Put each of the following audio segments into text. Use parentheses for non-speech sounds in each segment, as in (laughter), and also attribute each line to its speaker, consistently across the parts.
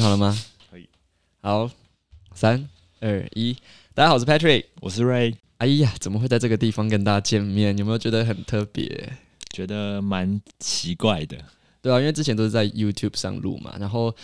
Speaker 1: 好了吗？
Speaker 2: 可以。
Speaker 1: 好，三二一，大家好，我是 Patrick。
Speaker 2: 我是 Ray，
Speaker 1: 哎呀，怎么会在这个地方跟大家见面？有没有觉得很特别？
Speaker 2: 觉得蛮奇怪的。
Speaker 1: 对啊，因为之前都是在 YouTube 上录嘛，然后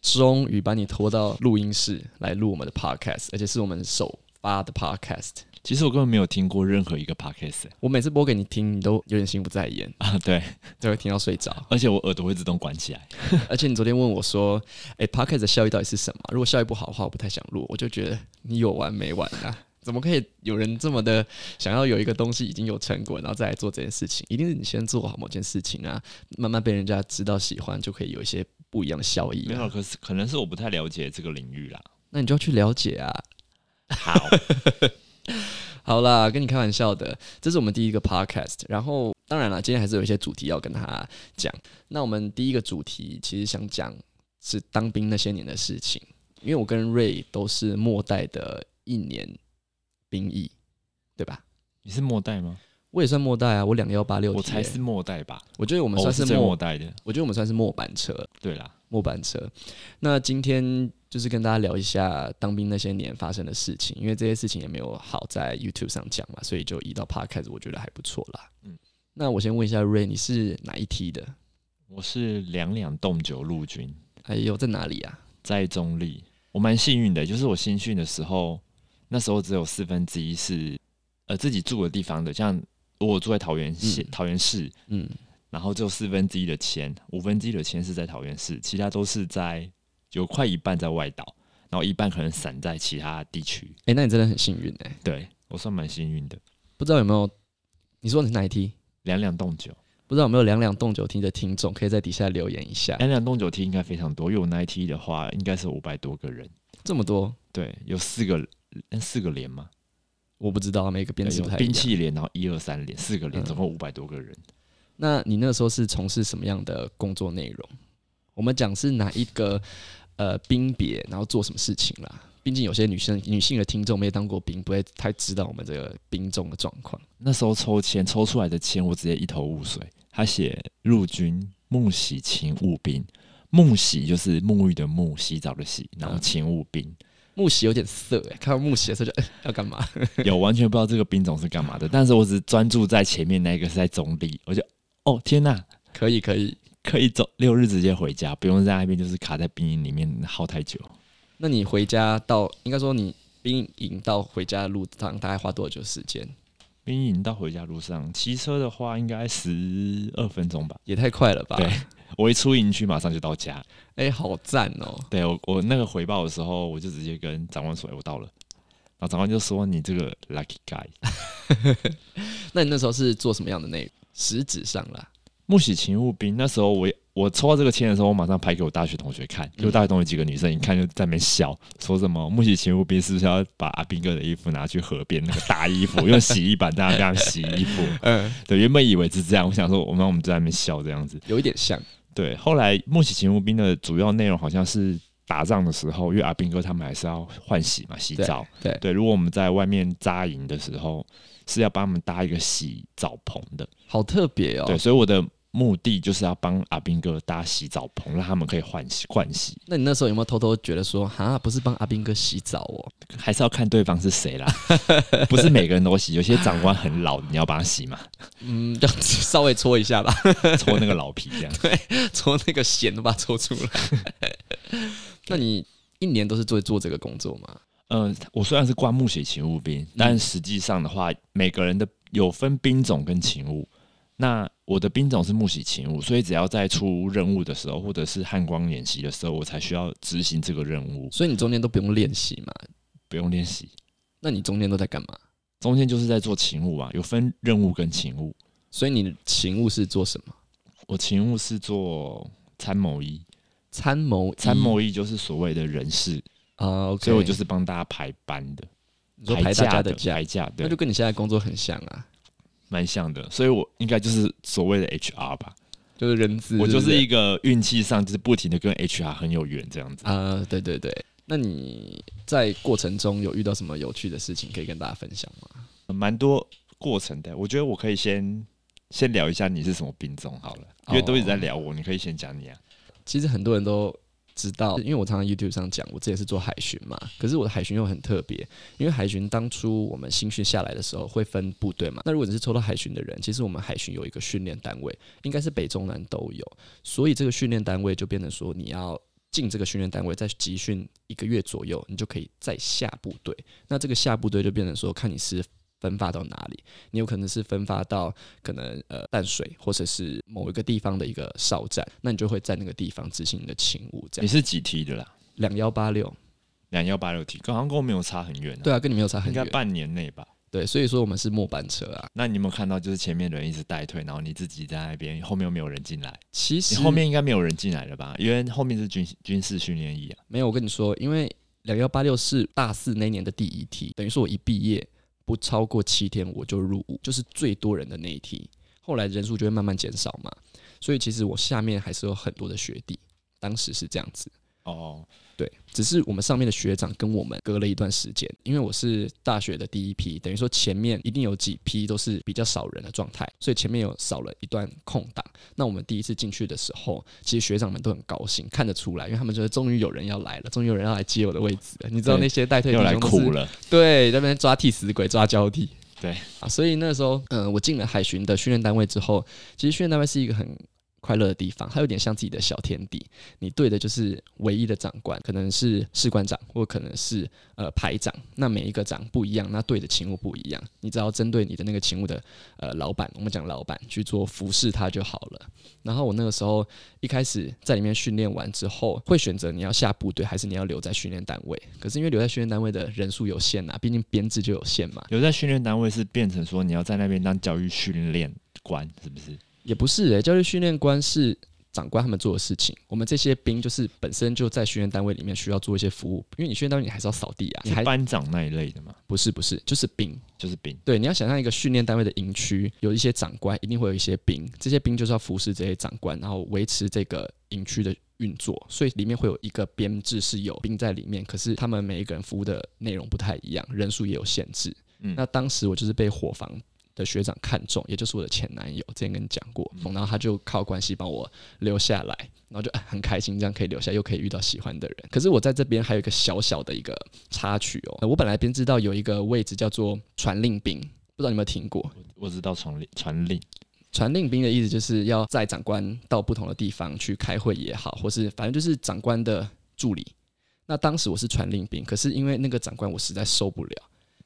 Speaker 1: 终于把你拖到录音室来录我们的 Podcast，而且是我们首发的 Podcast。
Speaker 2: 其实我根本没有听过任何一个 podcast (laughs) 欸
Speaker 1: 我每次播给你听，你都有点心不在焉，
Speaker 2: 啊，对，
Speaker 1: 就会听到睡着。
Speaker 2: 而且我耳朵会自动关起来。
Speaker 1: 而且你昨天问我说：“哎、p o d c a s t 的效益到底是什么？如果效益不好的话，我不太想录。”我就觉得你有完没完啊！ (laughs) 怎么可以有人这么的想要有一个东西已经有成果，然后再来做这件事情？一定是你先做好某件事情啊，慢慢被人家知道喜欢，就可以有一些不一样的效益
Speaker 2: 没
Speaker 1: 啊、
Speaker 2: 有，可是可能是我不太了解这个领域啦。
Speaker 1: 那你就要去了解啊。
Speaker 2: 好，
Speaker 1: 好啦，跟你开玩笑的，这是我们第一个 podcast。然后，当然了，今天还是有一些主题要跟他讲。那我们第一个主题其实想讲是当兵那些年的事情，因为我跟瑞都是末代的一年兵役，对吧？
Speaker 2: (laughs) 你是末代吗？
Speaker 1: 我也算末代啊，我两幺八六，
Speaker 2: 我才是，末代吧？
Speaker 1: 我觉得我
Speaker 2: 我
Speaker 1: 们算是
Speaker 2: 最
Speaker 1: 末，
Speaker 2: 末代的。
Speaker 1: 我觉得我们算是末班车，
Speaker 2: 对啦，
Speaker 1: 末班车。那今天就是跟大家聊一下当兵那些年发生的事情，因为这些事情也没有好在 YouTube 上讲嘛，所以就移到 Podcast，我觉得还不错啦。嗯
Speaker 2: 嗯，
Speaker 1: 那我先问一下 Ray，你是哪一梯的？
Speaker 2: 我是两两洞九陆军，
Speaker 1: 哎呦，在哪里啊？
Speaker 2: 在中立。我蛮幸运的，就是我新训的时候，那时候只有四分之一是呃自己住的地方的，像我住在桃园县、
Speaker 1: 嗯
Speaker 2: 桃园市，
Speaker 1: 嗯，
Speaker 2: 然后只有四分之一的钱，五分之一的钱是在桃园市，其他都是在有快一半在外岛，然后一半可能散在其他地区。
Speaker 1: 哎、那你真的很幸运哎、
Speaker 2: 对我算蛮幸运的，
Speaker 1: 不知道有没有？你说你是哪一梯？
Speaker 2: 两两洞九，
Speaker 1: 不知道有没有两两洞九梯的听众可以在底下留言一下？
Speaker 2: 两两洞九 T 应该非常多，因为我那一 T 的话应该是五百多个人，
Speaker 1: 这么多，
Speaker 2: 对，有四个嗯四个连嘛，
Speaker 1: 我不知道，每个编
Speaker 2: 对
Speaker 1: 制
Speaker 2: 有
Speaker 1: 不太一
Speaker 2: 兵
Speaker 1: 样。
Speaker 2: 器连，然后一二三连，四个连，
Speaker 1: 嗯
Speaker 2: 总共五百多个人。
Speaker 1: 那你那时候是从事什么样的工作内容？我们讲是哪一个呃兵别，然后做什么事情啦？毕竟有些女生女性的听众没当过兵，不会太知道我们这个兵种的状况。
Speaker 2: 那时候抽签抽出来的签，我直接一头雾水。他写陆军沐洗勤务兵，沐洗就是沐浴的沐，洗澡的洗，然后
Speaker 1: 嗯
Speaker 2: 勤务兵，
Speaker 1: 木喜有点色哎、看到木喜的时候就、哎要干嘛？ (laughs)
Speaker 2: 有完全不知道这个兵种是干嘛的。但是我只专注在前面那一个是在中立，我就哦天呐，
Speaker 1: 可以可以。
Speaker 2: 可以走六日直接回家，不用在那边就是卡在兵营里面耗太久。
Speaker 1: 那你回家到，应该说你兵营到回家的路上大概花多久时间？
Speaker 2: 兵营到回家路上，骑车的话应该十二分钟吧。
Speaker 1: 也太快了吧？
Speaker 2: 对我一出营区马上就到家。
Speaker 1: 哎、好赞哦、
Speaker 2: 对我我那个回报的时候，我就直接跟长官说：“哎、我到了。”然后长官就说：“你这个 lucky guy。
Speaker 1: 那你那时候是做什么样的内容？实质上啦，”
Speaker 2: 木喜勤务兵，那时候我我抽到这个签的时候，我马上拍给我大学同学看，因为我大学同学几个女生一看就在那边笑，说什么木喜勤务兵是不是要把阿兵哥的衣服拿去河边那个大衣服，用洗衣板这样这样洗衣服？
Speaker 1: 嗯，
Speaker 2: 对，原本以为是这样，我想说我们我们就在那边笑这样子。
Speaker 1: 有一点像。
Speaker 2: 对，后来木喜勤务兵的主要内容好像是打仗的时候，因为阿兵哥他们还是要换洗嘛，洗澡。
Speaker 1: 对
Speaker 2: 对，如果我们在外面扎营的时候，是要帮他们搭一个洗澡棚的。
Speaker 1: 好特别哦、
Speaker 2: 对，所以我的目的就是要帮阿兵哥搭洗澡棚，让他们可以换洗换洗，
Speaker 1: 那你那时候有没有偷偷觉得说，哈，不是帮阿兵哥洗澡哦？
Speaker 2: 还是要看对方是谁
Speaker 1: (laughs)
Speaker 2: 啦，不是每个人都洗，有些长官很老，你要帮他洗
Speaker 1: (laughs)
Speaker 2: 嘛，
Speaker 1: 嗯，这样子稍微搓一下吧， (laughs)
Speaker 2: 搓那个老皮这样。
Speaker 1: 搓那个弦都把它搓出来。 (laughs) 那你一年都是做做这个工作吗？
Speaker 2: 呃，我虽然是挂木写勤务兵，但
Speaker 1: 嗯
Speaker 2: 实际上的话，每个人的有分兵种跟勤务。那我的兵种是木喜勤务，所以只要在出任务的时候，或者是汉光演习的时候，我才需要执行这个任务，
Speaker 1: 所以你中间都不用练习嘛？
Speaker 2: 不用练习。
Speaker 1: 那你中间都在干嘛？
Speaker 2: 中间就是在做勤务啊，有分任务跟勤务。
Speaker 1: 所以你的勤务是做什么？
Speaker 2: 我勤务是做参谋一，
Speaker 1: 参谋一
Speaker 2: 参谋一就是所谓的人事，
Speaker 1: 啊，OK，
Speaker 2: 所以我就是帮大家排班的，
Speaker 1: 你说排大家的
Speaker 2: 排假
Speaker 1: 那
Speaker 2: 对
Speaker 1: 就，跟你现在工作很像啊，
Speaker 2: 蛮像的。所以我应该就是所谓的 HR 吧。
Speaker 1: 就是人资。
Speaker 2: 我就
Speaker 1: 对不
Speaker 2: 是
Speaker 1: 对
Speaker 2: 一个运气上就是不停的跟 HR 很有缘这样子。
Speaker 1: 啊、对对对。那你在过程中有遇到什么有趣的事情可以跟大家分享吗？
Speaker 2: 蛮多过程的。我觉得我可以先先聊一下你是什么兵种好了，
Speaker 1: 哦
Speaker 2: 因为都一直在聊我，你可以先讲你啊。
Speaker 1: 其实很多人都知道，因为我常常 YouTube 上讲，我之前是做海巡嘛，可是我的海巡又很特别，因为海巡当初我们新训下来的时候会分部队嘛，那如果你是抽到海巡的人，其实我们海巡有一个训练单位，应该是北中南都有，所以这个训练单位就变成说你要。进这个训练单位，再集训一个月左右，你就可以再下部队。那这个下部队就变成说，看你是分发到哪里，你有可能是分发到可能呃淡水或者是某一个地方的一个哨站，那你就会在那个地方执行你的勤务。这
Speaker 2: 你
Speaker 1: 样
Speaker 2: 是几梯的啦？
Speaker 1: 两幺八六，
Speaker 2: 两幺八六梯，好像跟我没有差很远、啊。
Speaker 1: 对啊，跟你没有差
Speaker 2: 应
Speaker 1: 很
Speaker 2: 该
Speaker 1: 远。
Speaker 2: 半年内吧。
Speaker 1: 对，所以说我们是末班车啊。
Speaker 2: 那你有没有看到，就是前面人一直带退，然后你自己在那边，后面又没有人进来？
Speaker 1: 其
Speaker 2: 你
Speaker 1: 实
Speaker 2: 后面应该没有人进来了吧？因为后面是军军事训练役啊。
Speaker 1: 没有，我跟你说，因为两幺八六是大四那一年的第一梯，等于说我一毕业不超过七天我就入伍，就是最多人的那一梯。后来人数就会慢慢减少嘛，所以其实我下面还是有很多的学弟，当时是这样子。
Speaker 2: 哦，
Speaker 1: 对，只是我们上面的学长跟我们隔了一段时间，因为我是大学的第一批，等于说前面一定有几批都是比较少人的状态，所以前面有少了一段空档。那我们第一次进去的时候，其实学长们都很高兴，看得出来，因为他们觉得终于有人要来了，终于有人要来接我的位置了。你知道
Speaker 2: 对
Speaker 1: 那些带退
Speaker 2: 又
Speaker 1: 弟
Speaker 2: 来
Speaker 1: 兄都
Speaker 2: 哭
Speaker 1: 是
Speaker 2: 了。
Speaker 1: 对，在那边抓替死鬼，抓交替。
Speaker 2: 对
Speaker 1: 啊，所以那时候，嗯、我进了海巡的训练单位之后，其实训练单位是一个很快乐的地方，它有点像自己的小天地。你对的就是唯一的长官，可能是士官长，或可能是呃排长。那每一个长不一样，那对的勤务不一样。你只要针对你的那个勤务的呃老板，我们讲老板去做服侍他就好了。然后我那个时候一开始在里面训练完之后，会选择你要下部队还是你要留在训练单位。可是因为留在训练单位的人数有限呐、啊毕竟编制就有限嘛，
Speaker 2: 留在训练单位是变成说你要在那边当教育训练官，是不是？
Speaker 1: 也不是诶、欸教育训练官是长官他们做的事情，我们这些兵就是本身就在训练单位里面需要做一些服务，因为你训练单位你还是要扫地啊，你还
Speaker 2: 是班长那一类的嘛，
Speaker 1: 不是不是就是兵。
Speaker 2: 就是兵。
Speaker 1: 对，你要想象一个训练单位的营区，有一些长官，一定会有一些兵，这些兵就是要服侍这些长官，然后维持这个营区的运作，所以里面会有一个编制是有兵在里面，可是他们每一个人服务的内容不太一样，人数也有限制。
Speaker 2: 嗯
Speaker 1: 那当时我就是被伙房的学长看中，也就是我的前男友，之前跟你讲过，然后他就靠关系帮我留下来，然后就哎很开心，这样可以留下，又可以遇到喜欢的人。可是我在这边还有一个小小的一个插曲哦，我本来编制到有一个位置叫做传令兵，不知道你有没有听过？
Speaker 2: 我知道传令传令，
Speaker 1: 传令兵的意思就是要在长官到不同的地方去开会也好，或是反正就是长官的助理。那当时我是传令兵，可是因为那个长官我实在受不了，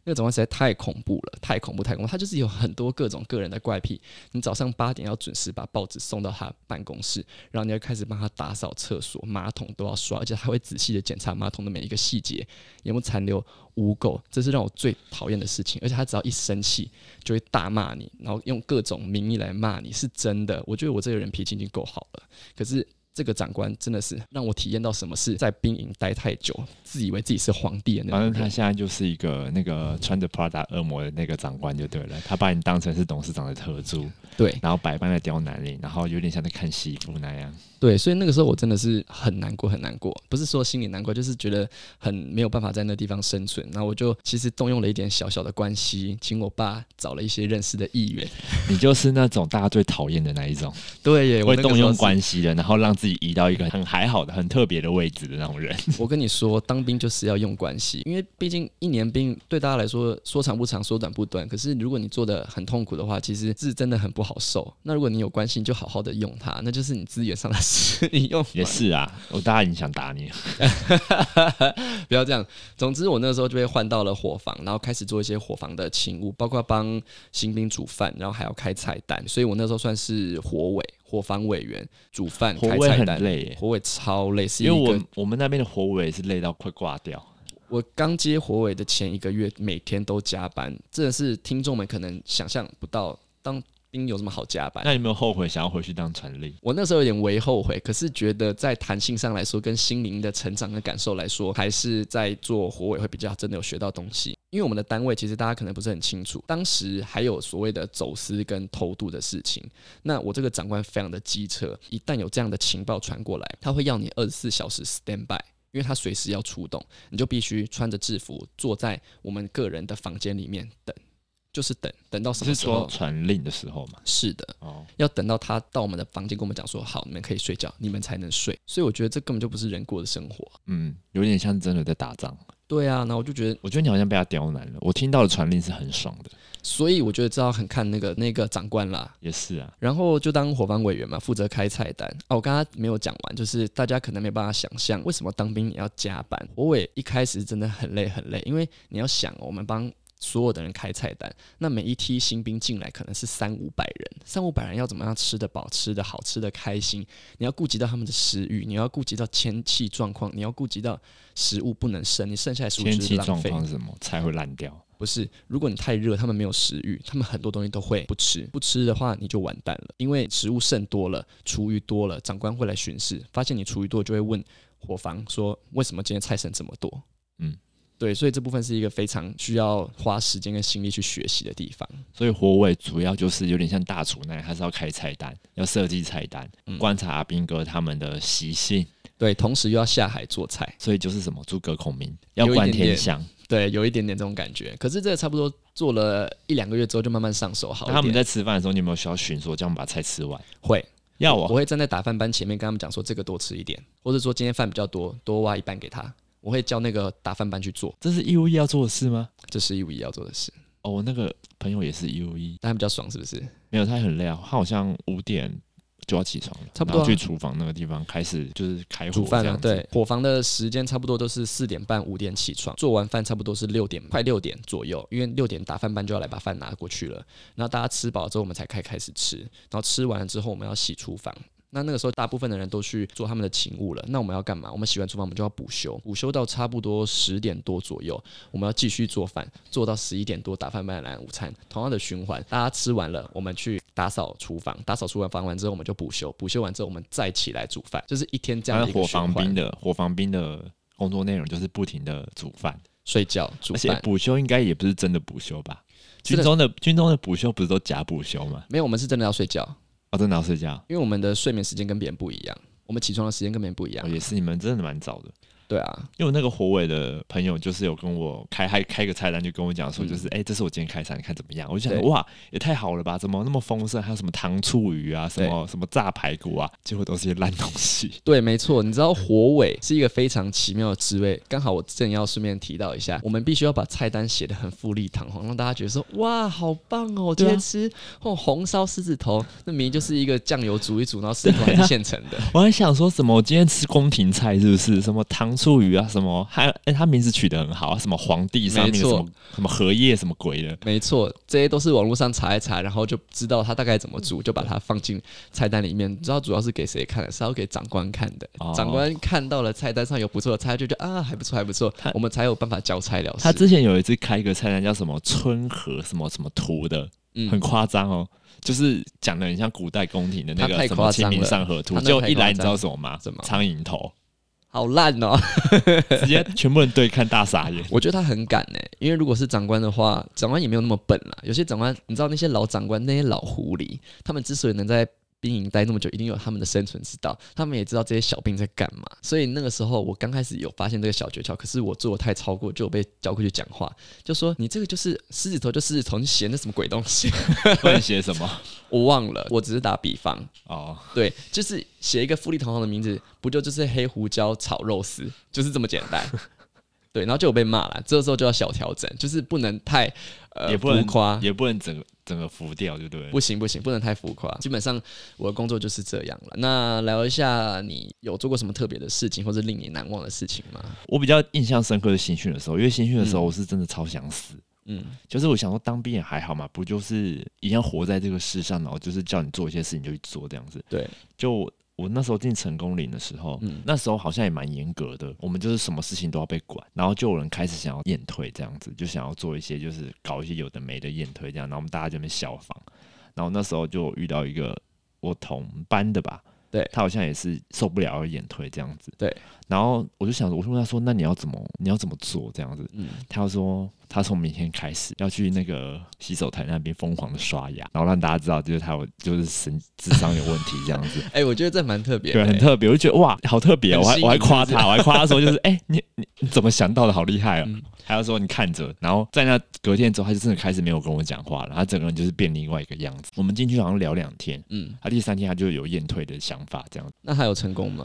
Speaker 1: 那个长官实在太恐怖了，太恐怖，太恐怖。他就是有很多各种个人的怪癖。你早上八点要准时把报纸送到他办公室，然后你要开始帮他打扫厕所、马桶都要刷，而且他会仔细的检查马桶的每一个细节有没有残留污垢，这是让我最讨厌的事情。而且他只要一生气，就会大骂你，然后用各种名义来骂你，是真的。我觉得我这个人脾气已经够好了，可是这个长官真的是让我体验到什么是在兵营待太久，自以为自己是皇帝的那
Speaker 2: 反
Speaker 1: 种
Speaker 2: 正
Speaker 1: 人。
Speaker 2: 他现在就是一个那个穿着 Prada 恶魔的那个长官就对了，他把你当成是董事长的特助，
Speaker 1: 对，
Speaker 2: 然后百般的刁难你，然后有点像在看媳妇那样。
Speaker 1: 对，所以那个时候我真的是很难过，很难过，不是说心里难过，就是觉得很没有办法在那地方生存。然后我就其实动用了一点小小的关系，请我爸找了一些认识的议员。
Speaker 2: 你就是那种大家最讨厌的那一种，
Speaker 1: 对耶，欸我
Speaker 2: 会
Speaker 1: 那个
Speaker 2: 动
Speaker 1: 时候
Speaker 2: 用
Speaker 1: 是
Speaker 2: 关系的，然后让自己移到一个很还好的、很特别的位置的那种人。
Speaker 1: 我跟你说，当兵就是要用关系，因为毕竟一年兵对大家来说说长不长，说短不短。可是如果你做的很痛苦的话，其实是真的很不好受。那如果你有关系，你就好好的用它，那就是你资源上的事， (laughs) 你用
Speaker 2: 也是啊，我大家已经想打你了。
Speaker 1: 不要这样。总之，我那时候就被换到了伙房，然后开始做一些伙房的勤务，包括帮新兵煮饭，然后还要开菜单。所以我那时候算是伙委、伙房委员，煮饭、
Speaker 2: 活
Speaker 1: 开
Speaker 2: 尾
Speaker 1: 菜
Speaker 2: 很
Speaker 1: 单。
Speaker 2: 累耶，
Speaker 1: 伙委超累，是一
Speaker 2: 因为
Speaker 1: 个
Speaker 2: 我我们那边的活尾是累到快挂掉。
Speaker 1: 我刚接火尾的前一个月，每天都加班，真的是听众们可能想象不到，当兵有什么好加班。
Speaker 2: 那你有没有后悔想要回去当传令？
Speaker 1: 我那时候有点为后悔，可是觉得在弹性上来说，跟心灵的成长的啊感受来说，还是在做火尾会比较真的有学到东西。因为我们的单位其实大家可能不是很清楚，当时还有所谓的走私跟偷渡的事情。那我这个长官非常的机车，一旦有这样的情报传过来，他会要你二十四小时 stand by。因为他随时要出动，你就必须穿着制服坐在我们个人的房间里面等，就是等等到什么
Speaker 2: 是
Speaker 1: 时
Speaker 2: 说
Speaker 1: 候？
Speaker 2: 传令的时候嘛？
Speaker 1: 是的，
Speaker 2: 哦，
Speaker 1: 要等到他到我们的房间跟我们讲说，好，你们可以睡觉，你们才能睡。所以我觉得这根本就不是人过的生活啊。
Speaker 2: 嗯，有点像真的在打仗。
Speaker 1: 对啊，那我就觉得，
Speaker 2: 我觉得你好像被他刁难了。我听到的传令是很爽的，
Speaker 1: 所以我觉得这要很看那个那个长官啦。
Speaker 2: 也是啊，
Speaker 1: 然后就当伙房委员嘛，负责开菜单。哦，我刚刚没有讲完，就是大家可能没办法想象，为什么当兵也要加班。我伟一开始真的很累很累，因为你要想哦，我们帮所有的人开菜单，那每一批新兵进来可能是三五百人，三五百人要怎么样吃得饱、吃得好、吃得开心？你要顾及到他们的食欲，你要顾及到天气状况，你要顾及到食物不能剩，你剩下来食物
Speaker 2: 天
Speaker 1: 就是
Speaker 2: 气
Speaker 1: 浪
Speaker 2: 状
Speaker 1: 费。
Speaker 2: 况是什么才会烂掉？
Speaker 1: 不是，如果你太热，他们没有食欲，他们很多东西都会不吃。不吃的话，你就完蛋了，因为食物剩多了，厨余多了，长官会来巡视，发现你厨余多，就会问伙房说为什么今天菜剩这么多。
Speaker 2: 嗯，
Speaker 1: 对，所以这部分是一个非常需要花时间跟心力去学习的地方。
Speaker 2: 所以火尾主要就是有点像大厨那样，他是要开菜单，要设计菜单，
Speaker 1: 嗯
Speaker 2: 观察阿兵哥他们的习性，
Speaker 1: 对，同时又要下海做菜，
Speaker 2: 所以就是什么诸葛孔明
Speaker 1: 有
Speaker 2: 要
Speaker 1: 一
Speaker 2: 观
Speaker 1: 点
Speaker 2: 天
Speaker 1: 点
Speaker 2: 象。
Speaker 1: 对，有一点点这种感觉。可是这个差不多做了一两个月之后，就慢慢上手好一
Speaker 2: 那
Speaker 1: 点。
Speaker 2: 他们在吃饭的时候，你有没有需要巡逻，这样把菜吃完？
Speaker 1: 会，
Speaker 2: 要啊
Speaker 1: 我
Speaker 2: 我
Speaker 1: 会站在打饭班前面跟他们讲说，这个多吃一点，或者说今天饭比较多，多挖一半给他。我会叫那个打饭班去做，
Speaker 2: 这是义务役要做的事吗？
Speaker 1: 这是义务一要做的事，
Speaker 2: 哦，我那个朋友也是义务役，
Speaker 1: 但他比较爽，是不是？
Speaker 2: 没有他很累啊，他好像五点就要起床了，
Speaker 1: 差不多啊
Speaker 2: 然后去厨房那个地方开始就是开火
Speaker 1: 煮饭
Speaker 2: 这
Speaker 1: 啊
Speaker 2: 样，子
Speaker 1: 对，，伙房的时间差不多都是四点半、五点起床，做完饭差不多是六点，快六点左右，因为六点打饭班就要来把饭拿过去了。然后大家吃饱之后，我们才开开始吃，然后吃完了之后，我们要洗厨房。那那个时候，大部分的人都去做他们的勤务了。那我们要干嘛？我们洗完厨房，我们就要补休，补休到差不多十点多左右，我们要继续做饭，做到十一点多打饭班来午餐，同样的循环。大家吃完了，我们去打扫厨房，打扫厨房房完之后，我们就补休，补休完之后，我们再起来煮饭，就是一天这样
Speaker 2: 他
Speaker 1: 的一个
Speaker 2: 火
Speaker 1: 循
Speaker 2: 防
Speaker 1: 环
Speaker 2: 兵。的火防兵的工作内容就是不停的煮饭，
Speaker 1: 睡觉、煮
Speaker 2: 而且
Speaker 1: 饭。
Speaker 2: 补休应该也不是真的补休吧？
Speaker 1: 真
Speaker 2: 军
Speaker 1: 的
Speaker 2: 中的军中的补休不是都假补休吗？
Speaker 1: 没有，我们是真的要睡觉，
Speaker 2: 哦，真的要睡觉？
Speaker 1: 因为我们的睡眠时间跟别人不一样，我们起床的时间跟别人不一
Speaker 2: 哦
Speaker 1: 样。
Speaker 2: 也是，你们真的蛮早的。
Speaker 1: 对啊，
Speaker 2: 因为我那个火尾的朋友，就是有跟我开还开个菜单，就跟我讲说，就是哎、这是我今天开餐，你看怎么样？我就想
Speaker 1: 对
Speaker 2: 说哇，也太好了吧，怎么那么丰盛？还有什么糖醋鱼啊，什么什么炸排骨啊，结果都是些烂东西。
Speaker 1: 对，没错，你知道火尾是一个非常奇妙的职位，刚好我正要顺便提到一下，我们必须要把菜单写得很富丽堂皇，让大家觉得说哇，好棒哦，今
Speaker 2: 对啊
Speaker 1: 天吃、哦红烧狮子头，那明明就是一个酱油煮一煮，然后狮子头
Speaker 2: 啊
Speaker 1: 还是现成的，
Speaker 2: (laughs) 我还想说什么，我今天吃宫廷菜是不是？什么糖醋鱼啊，什么还哎、他名字取得很好啊，什么皇帝上面
Speaker 1: 没
Speaker 2: 的
Speaker 1: 错
Speaker 2: 什么什么荷叶什么鬼的，
Speaker 1: 没错，这些都是网络上查一查，然后就知道它大概怎么煮，就把它放进菜单里面。你知道主要是给谁看的？是要给长官看的。
Speaker 2: 哦
Speaker 1: 长官看到了菜单上有不错的菜，就觉得啊还不错还不错，我们才有办法交差了事。
Speaker 2: 他之前有一次开一个菜单叫什么春和什么什么图的，
Speaker 1: 嗯
Speaker 2: 很夸张哦，就是讲的很像古代宫廷的那
Speaker 1: 他
Speaker 2: 个
Speaker 1: 太
Speaker 2: 什
Speaker 1: 夸
Speaker 2: 么
Speaker 1: 张了
Speaker 2: 清明上河图
Speaker 1: 他，那
Speaker 2: 就
Speaker 1: 太
Speaker 2: 一
Speaker 1: 夸
Speaker 2: 来你知
Speaker 1: 张
Speaker 2: 道什么吗？
Speaker 1: 什么
Speaker 2: 苍蝇
Speaker 1: (laughs)
Speaker 2: 头，
Speaker 1: 好烂哦！
Speaker 2: 直接全部人对看大
Speaker 1: (laughs)。
Speaker 2: 傻眼
Speaker 1: 我觉得他很敢呢、欸因为如果是长官的话，长官也没有那么笨啦。有些长官，你知道那些老长官、那些老狐狸，他们之所以能在兵营待那么久，一定有他们的生存之道。他们也知道这些小兵在干嘛。所以那个时候，我刚开始有发现这个小诀窍，可是我做的太超过，就有被叫过去讲话，就说你这个就是狮子头，就狮子头，你写那什么鬼东西？
Speaker 2: 不能写什么
Speaker 1: 我忘了，我只是打比方， (laughs)
Speaker 2: 哦，
Speaker 1: 对，就是写一个富丽堂皇的名字，不就就是黑胡椒炒肉丝，就是这么简单。对，然后就有被骂了，这个时候就要小调整，就是不能太呃
Speaker 2: 也不能
Speaker 1: 浮夸，
Speaker 2: 也不能整个整个浮掉，对不对了？
Speaker 1: 不行不行，不能太浮夸。基本上我的工作就是这样了。那聊一下，你有做过什么特别的事情，或者令你难忘的事情吗？
Speaker 2: 我比较印象深刻的新训的时候，因为新训的时候我是真的超想死，
Speaker 1: 嗯，
Speaker 2: 就是我想说当兵也还好嘛，不就是一样活在这个世上，然后就是叫你做一些事情就去做这样子。
Speaker 1: 对，
Speaker 2: 就我我那时候进成功岭的时候，
Speaker 1: 嗯
Speaker 2: 那时候好像也蛮严格的，我们就是什么事情都要被管，然后就有人开始想要验退这样子，就想要做一些就是搞一些有的没的验退这样，然后我们大家就在那边效仿，然后那时候就遇到一个我同班的吧。
Speaker 1: 对
Speaker 2: 他好像也是受不了要验退这样子，
Speaker 1: 对。
Speaker 2: 然后我就想，我就问他说：“那你要怎么，你要怎么做这样子？”
Speaker 1: 嗯，，
Speaker 2: 他就说：“他从明天开始要去那个洗手台那边疯狂的刷牙，然后让大家知道，就是他有就是神智商有问题这样子
Speaker 1: 哎、我觉得这蛮特别的、欸
Speaker 2: 对，很特别，我就觉得哇，好特别哦，
Speaker 1: 很
Speaker 2: 我还
Speaker 1: 新颖
Speaker 2: 我还夸
Speaker 1: 是不
Speaker 2: 他，我还夸他说就是，哎、你你你怎么想到的，好厉害哦。
Speaker 1: 嗯
Speaker 2: 还要说你看着，然后在那隔天之后，他就真的开始没有跟我讲话了，他整个人就是变另外一个样子。我们进去好像聊两天，啊
Speaker 1: 嗯，
Speaker 2: 他第三天他就有验退的想法，这样子、
Speaker 1: 那他有成功吗？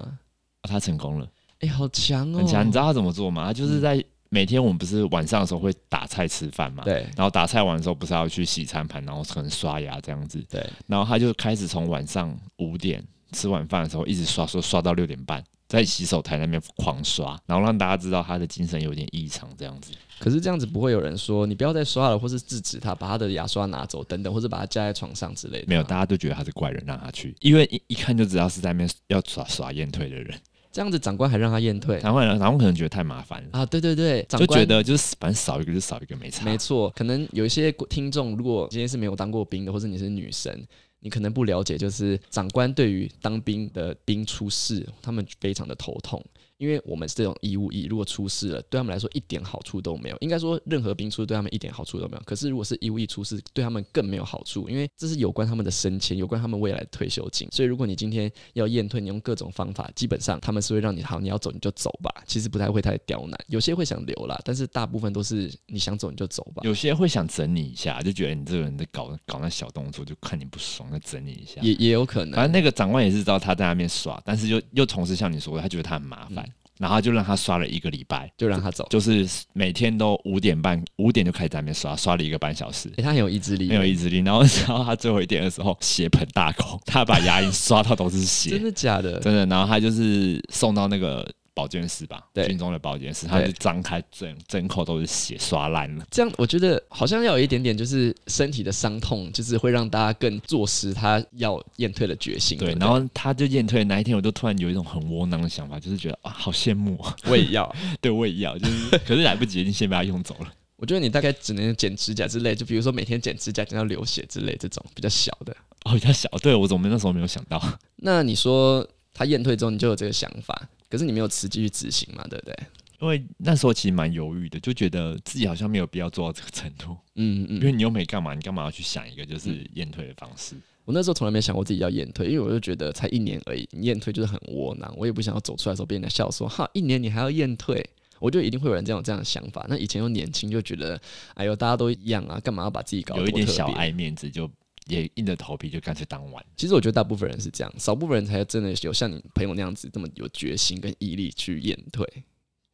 Speaker 2: 啊他成功了。
Speaker 1: 哎、好强哦！嗯
Speaker 2: 很强。你知道他怎么做吗？他就是在每天我们不是晚上的时候会打菜吃饭嘛，
Speaker 1: 对
Speaker 2: 然后打菜完的时候不是要去洗餐盘，然后可能刷牙这样子，
Speaker 1: 对，
Speaker 2: 然后他就开始从晚上五点吃晚饭的时候一直刷刷刷到六点半。在洗手台那边狂刷，然后让大家知道他的精神有点异常，这样子。
Speaker 1: 可是这样子不会有人说你不要再刷了，或是制止他，把他的牙刷拿走等等，或者把他架在床上之类的吗。
Speaker 2: 没有，大家都觉得他是怪人，让他去，因为一一看就知道是在那边要耍耍验退的人。
Speaker 1: 这样子，长官还让他验退
Speaker 2: 然后呢，然后可能觉得太麻烦了，
Speaker 1: 啊？对对对，长
Speaker 2: 就
Speaker 1: 官
Speaker 2: 觉得就是反正少一个就少一个没差。
Speaker 1: 没错，可能有一些听众，如果今天是没有当过兵的，或者你是女生，你可能不了解，就是长官对于当兵的兵出事，他们非常的头痛，因为我们这种义务役，如果出事了，对他们来说一点好处都没有。应该说，任何兵出事对他们一点好处都没有。可是如果是义务役出事，对他们更没有好处，因为这是有关他们的升迁，有关他们未来的退休金。所以如果你今天要验退，你用各种方法，基本上他们是会让你好，你要走你就走吧，其实不太会太刁难，有些会想留啦，但是大部分都是你想走你就走吧。
Speaker 2: 有些会想整你一下，就觉得你这个人在搞搞那小动作，就看你不爽，再整你一下。
Speaker 1: 也也有可
Speaker 2: 反
Speaker 1: 能，
Speaker 2: 正那个长官也是知道他在那边耍，但是又又同时像你说的，他觉得他很麻
Speaker 1: 嗯
Speaker 2: 烦，然后他就让他刷了一个礼拜，
Speaker 1: 就让他走。
Speaker 2: 就是每天都五点半五点就开始在那边刷，刷了一个半小时。
Speaker 1: 诶他很有意志力，
Speaker 2: 没有意志力，然后然后他最后一点的时候血盆大口，他把牙龈刷到都是
Speaker 1: (laughs)
Speaker 2: 血，
Speaker 1: 真的假的？
Speaker 2: 真的，然后他就是送到那个保健室吧，
Speaker 1: 对
Speaker 2: 军中的保健室，他
Speaker 1: 对
Speaker 2: 就张开整整口都是血，刷烂了。
Speaker 1: 这样我觉得好像要有一点点，就是身体的伤痛，就是会让大家更坐实他要验退的决心。
Speaker 2: 对，
Speaker 1: 不
Speaker 2: 然后他就验退的那一天，我就突然有一种很窝囊的想法，就是觉得啊，好羡慕、啊，
Speaker 1: 我也要。 (laughs)
Speaker 2: 对我也要，就是可是来不及，已经先被他用走了。 (laughs)
Speaker 1: 我觉得你大概只能剪指甲之类，就比如说每天剪指甲剪到流血之类这种比较小的。
Speaker 2: 哦，比较小，对我怎么那时候没有想到？
Speaker 1: 那你说他验退之后，你就有这个想法，可是你没有实际去执行嘛，对不对？
Speaker 2: 因为那时候其实蛮犹豫的，就觉得自己好像没有必要做到这个程度，
Speaker 1: 嗯
Speaker 2: 因
Speaker 1: 嗯，
Speaker 2: 为你又没干嘛，你干嘛要去想一个就是验退的方式？
Speaker 1: 我那时候从来没想过自己要验退，因为我就觉得才一年而已，你验退就是很窝囊，我也不想要走出来的时候被人家笑说哈，一年你还要验退，我觉得一定会有人这样有这样的想法。那以前又年轻，就觉得哎呦大家都一样啊，干嘛要把自己搞得
Speaker 2: 有一
Speaker 1: 多
Speaker 2: 点
Speaker 1: 特
Speaker 2: 小
Speaker 1: 别
Speaker 2: 爱面子，就也硬着头皮就干脆当完。
Speaker 1: 其实我觉得大部分人是这样，少部分人才真的有像你朋友那样子这么有决心跟毅力去验退。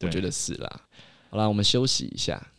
Speaker 1: 我
Speaker 2: 对
Speaker 1: 觉得是啦。好啦，我们休息一下。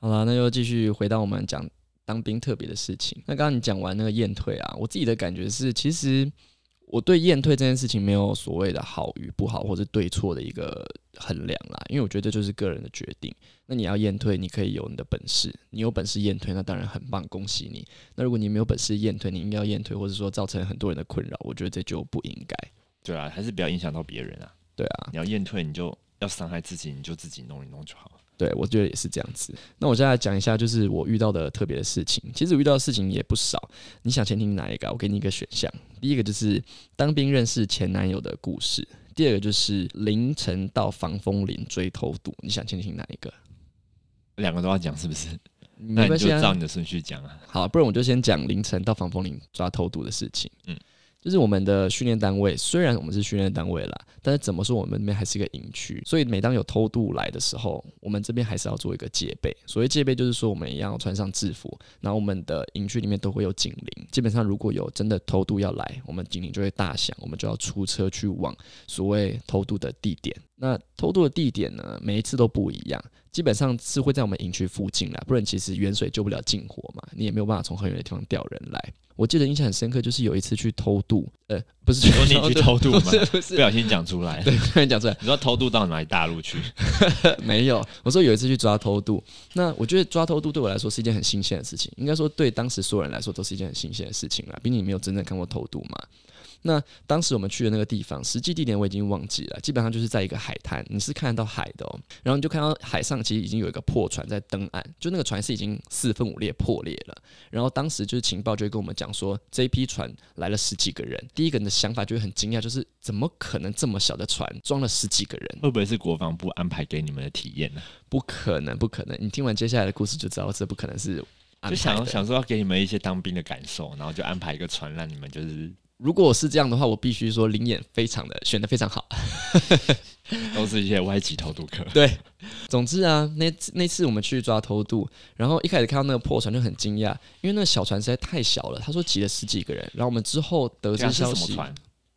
Speaker 1: 好了，那就继续回到我们讲当兵特别的事情。那刚刚你讲完那个验退啊，我自己的感觉是，其实我对验退这件事情没有所谓的好与不好，或者对错的一个衡量啦，因为我觉得这就是个人的决定。那你要验退，你可以有你的本事，你有本事验退，那当然很棒，恭喜你。那如果你没有本事验退，你应该要验退，或者说造成很多人的困扰，我觉得这就不应该。
Speaker 2: 对啊，还是不要影响到别人啊。
Speaker 1: 对啊，
Speaker 2: 你要验退，你就要伤害自己，你就自己弄一弄就好了。
Speaker 1: 对，我觉得也是这样子。那我现在讲一下，就是我遇到的特别的事情。其实我遇到的事情也不少。你想先听哪一个啊？我给你一个选项。第一个就是当兵认识前男友的故事，第二个就是凌晨到防风林追偷渡。你想先听哪一个？
Speaker 2: 两个都要讲是不是？
Speaker 1: 嗯没
Speaker 2: 那你
Speaker 1: 关
Speaker 2: 就
Speaker 1: 系啊
Speaker 2: 照你的顺序
Speaker 1: (laughs)
Speaker 2: 讲啊。
Speaker 1: 好，不然我就先讲凌晨到防风林抓偷渡的事情。嗯
Speaker 2: 嗯，
Speaker 1: 就是我们的训练单位，虽然我们是训练单位啦，但是怎么说，我们那边还是一个营区，所以每当有偷渡来的时候，我们这边还是要做一个戒备。所谓戒备，就是说我们一样要穿上制服，然后我们的营区里面都会有警铃。基本上，如果有真的偷渡要来，我们警铃就会大响，我们就要出车去往所谓偷渡的地点。那偷渡的地点呢，每一次都不一样。基本上是会在我们营区附近啦，不然其实远水救不了近火嘛，你也没有办法从很远的地方调人来。我记得印象很深刻，就是有一次去偷渡，呃，不是
Speaker 2: 说你去偷渡吗
Speaker 1: 不是不
Speaker 2: 不
Speaker 1: 是，
Speaker 2: 小心讲出来，
Speaker 1: (laughs) 对，突然讲出来，
Speaker 2: 你说偷渡到哪里大陆去？
Speaker 1: 没有。我说有一次去抓偷渡，那我觉得抓偷渡对我来说是一件很新鲜的事情，应该说对当时所有人来说都是一件很新鲜的事情啦。毕竟你没有真正看过偷渡嘛。那当时我们去的那个地方，实际地点我已经忘记了，基本上就是在一个海滩，你是看得到海的哦、然后你就看到海上其实已经有一个破船在登岸，就那个船是已经四分五裂破裂了。然后当时就是情报就会跟我们讲说，这一批船来了十几个人。第一个人的想法就会很惊讶，就是怎么可能这么小的船装了十几个人？
Speaker 2: 会不会是国防部安排给你们的体验呢、
Speaker 1: 不可能，不可能！你听完接下来的故事就知道，这不可能是安排
Speaker 2: 就
Speaker 1: 的
Speaker 2: 想想说要给你们一些当兵的感受，然后就安排一个船让你们就是
Speaker 1: 如果是这样的话，我必须说林演非常的 (laughs) 选的非常好。
Speaker 2: 都是一些歪级偷渡
Speaker 1: (laughs)
Speaker 2: 客。
Speaker 1: 对，总之啊，那次那次我们去抓偷渡，然后一开始看到那个破船就很惊讶，因为那个小船实在太小了。他说挤了十几个人，然后我们之后得
Speaker 2: 这
Speaker 1: 知
Speaker 2: 是什
Speaker 1: 消
Speaker 2: 么
Speaker 1: 息，
Speaker 2: 船？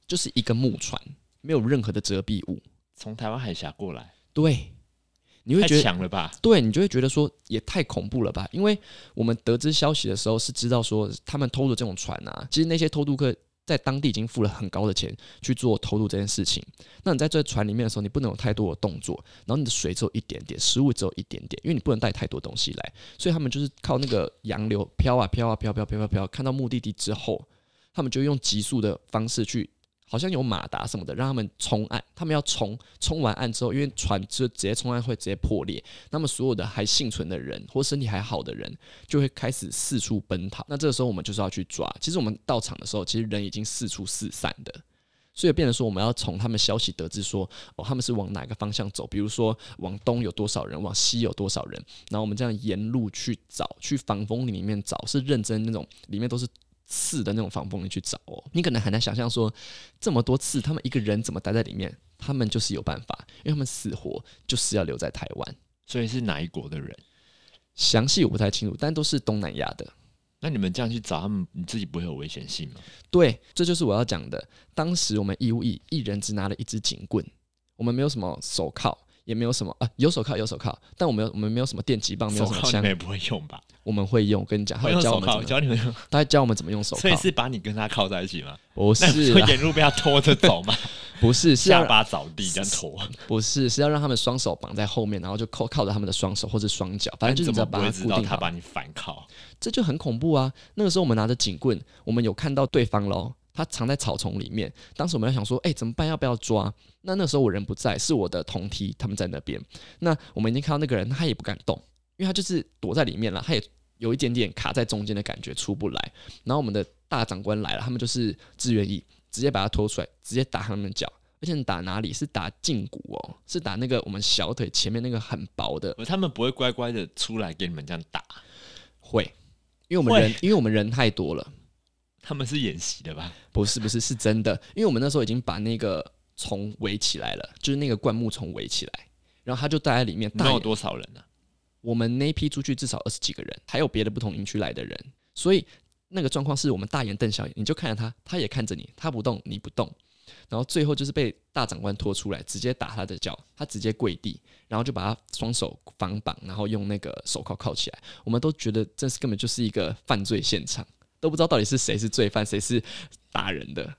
Speaker 1: 就是一个木船，没有任何的遮蔽物。
Speaker 2: 从台湾海峡过来，
Speaker 1: 对，你会
Speaker 2: 太
Speaker 1: 觉得
Speaker 2: 强了吧？
Speaker 1: 对你就会觉得说也太恐怖了吧？因为我们得知消息的时候是知道说他们偷渡这种船啊，其实那些偷渡客在当地已经付了很高的钱去做偷渡这件事情。那你在这船里面的时候，你不能有太多的动作，然后你的水只有一点点，食物只有一点点，因为你不能带太多东西来，所以他们就是靠那个洋流飘啊飘啊飘飘飘飘飘，看到目的地之后，他们就用急速的方式去。好像有马达什么的，让他们冲岸。他们要冲，冲完岸之后，因为船就直接冲岸会直接破裂，那么所有的还幸存的人或身体还好的人，就会开始四处奔逃。那这个时候我们就是要去抓。其实我们到场的时候，其实人已经四处四散的，所以变成说我们要从他们消息得知说，哦，他们是往哪个方向走，比如说往东有多少人，往西有多少人，然后我们这样沿路去找，去防风林里面找，是认真那种，里面都是。刺的那种防风林去找哦，你可能很难想象说这么多刺，他们一个人怎么待在里面？他们就是有办法，因为他们死活就是要留在台湾。
Speaker 2: 所以是哪一国的人？
Speaker 1: 详细我不太清楚，但都是东南亚的。
Speaker 2: 那你们这样去找他们，你自己不会有危险性吗？
Speaker 1: 对，这就是我要讲的。当时我们义务役一人只拿了一支警棍，我们没有什么手铐，也没有什么啊，有手铐有手铐，但我们有我们没有什么电击棒，没有
Speaker 2: 手
Speaker 1: 什么
Speaker 2: 铐你
Speaker 1: 枪
Speaker 2: 们，也不会用吧？
Speaker 1: 我们会用。我跟你讲，他
Speaker 2: 会
Speaker 1: 会
Speaker 2: 用
Speaker 1: 教我
Speaker 2: 手
Speaker 1: 们
Speaker 2: 铐，
Speaker 1: 怎么，
Speaker 2: 教你们用。
Speaker 1: 他会教我们怎么用手
Speaker 2: 所以
Speaker 1: 铐。
Speaker 2: 是把你跟他靠在一起吗？
Speaker 1: 不
Speaker 2: 那
Speaker 1: (laughs)
Speaker 2: 你
Speaker 1: 是
Speaker 2: 会
Speaker 1: 啦
Speaker 2: 沿路被他拖着走吗？
Speaker 1: 不是 (laughs) 是啊要
Speaker 2: 下巴着地这样拖，
Speaker 1: 不是是要让他们双手绑在后面，然后就扣靠着他们的双手或者双脚，反正就是
Speaker 2: 怎
Speaker 1: 你只要
Speaker 2: 么不
Speaker 1: 把
Speaker 2: 会
Speaker 1: 它
Speaker 2: 知
Speaker 1: 固
Speaker 2: 道
Speaker 1: 定
Speaker 2: 他
Speaker 1: 好。
Speaker 2: 把你反铐？
Speaker 1: 这就很恐怖啊！那个时候我们拿着警棍，我们有看到对方喽，他藏在草丛里面。当时我们在想说，哎、怎么办？要不要抓？那那时候我人不在，是我的同梯他们在那边。那我们已经看到那个人，他也不敢动，因为他就是躲在里面了，他也有一点点卡在中间的感觉，出不来。然后我们的大长官来了，他们就是志愿役，直接把他拖出来，直接打他们的脚。而且你打哪里？是打胫骨哦，是打那个我们小腿前面那个很薄的，
Speaker 2: 他们不会乖乖的出来给你们这样打，
Speaker 1: 会，因为我们
Speaker 2: 会
Speaker 1: 人，因为我们人太多了。
Speaker 2: 他们是演习的吧？
Speaker 1: 不是不是是真的，因为我们那时候已经把那个虫围起来了，就是那个灌木丛围起来，然后它就待在里面。
Speaker 2: 你们
Speaker 1: 大
Speaker 2: 有
Speaker 1: 概
Speaker 2: 多少人啊呢、
Speaker 1: 我们那一批出去至少二十几个人，还有别的不同营区来的人，所以那个状况是我们大眼瞪小眼，你就看着他，他也看着你，他不动你不动，然后最后就是被大长官拖出来，直接打他的脚，他直接跪地，然后就把他双手绑绑，然后用那个手铐铐起来。我们都觉得这是根本就是一个犯罪现场，都不知道到底是谁是罪犯，谁是打人的。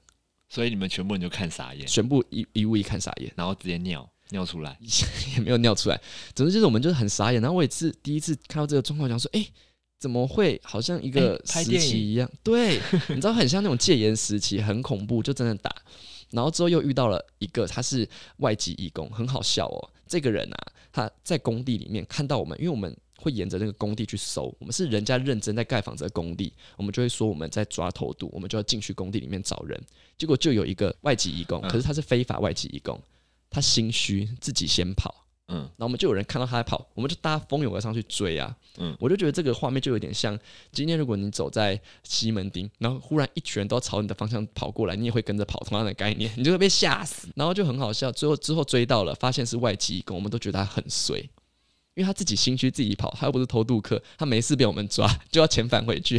Speaker 2: 所以你们全部人就看傻眼，
Speaker 1: 全部一一物一看傻眼，
Speaker 2: 然后直接尿尿出来。
Speaker 1: (laughs) 也没有尿出来。总之就是我们就是很傻眼，然后我也是第一次看到这个状况，想说，哎、怎么会好像一个
Speaker 2: 诶哎拍
Speaker 1: 时
Speaker 2: 电影
Speaker 1: 期一样？对， (laughs) 你知道很像那种戒严时期，很恐怖，就真的打。然后之后又遇到了一个，他是外籍义工，很好笑哦。这个人啊，他在工地里面看到我们，因为我们会沿着那个工地去搜，我们是人家认真在盖房子的工地，我们就会说我们在抓偷渡，我们就要进去工地里面找人。结果就有一个外籍义工，
Speaker 2: 嗯
Speaker 1: 可是他是非法外籍义工，他心虚，自己先跑。
Speaker 2: 嗯，
Speaker 1: 然后我们就有人看到他在跑，我们就大家蜂拥而上去追啊。
Speaker 2: 嗯
Speaker 1: 我就觉得这个画面就有点像今天如果你走在西门町，然后忽然一群人都朝你的方向跑过来，你也会跟着跑，同样的概念，你就会被吓死。然后就很好笑，最后之后追到了，发现是外籍义工，我们都觉得他很衰，因为他自己心虚自己跑，他又不是偷渡客，他没事被我们抓， (laughs) 就要遣返回去，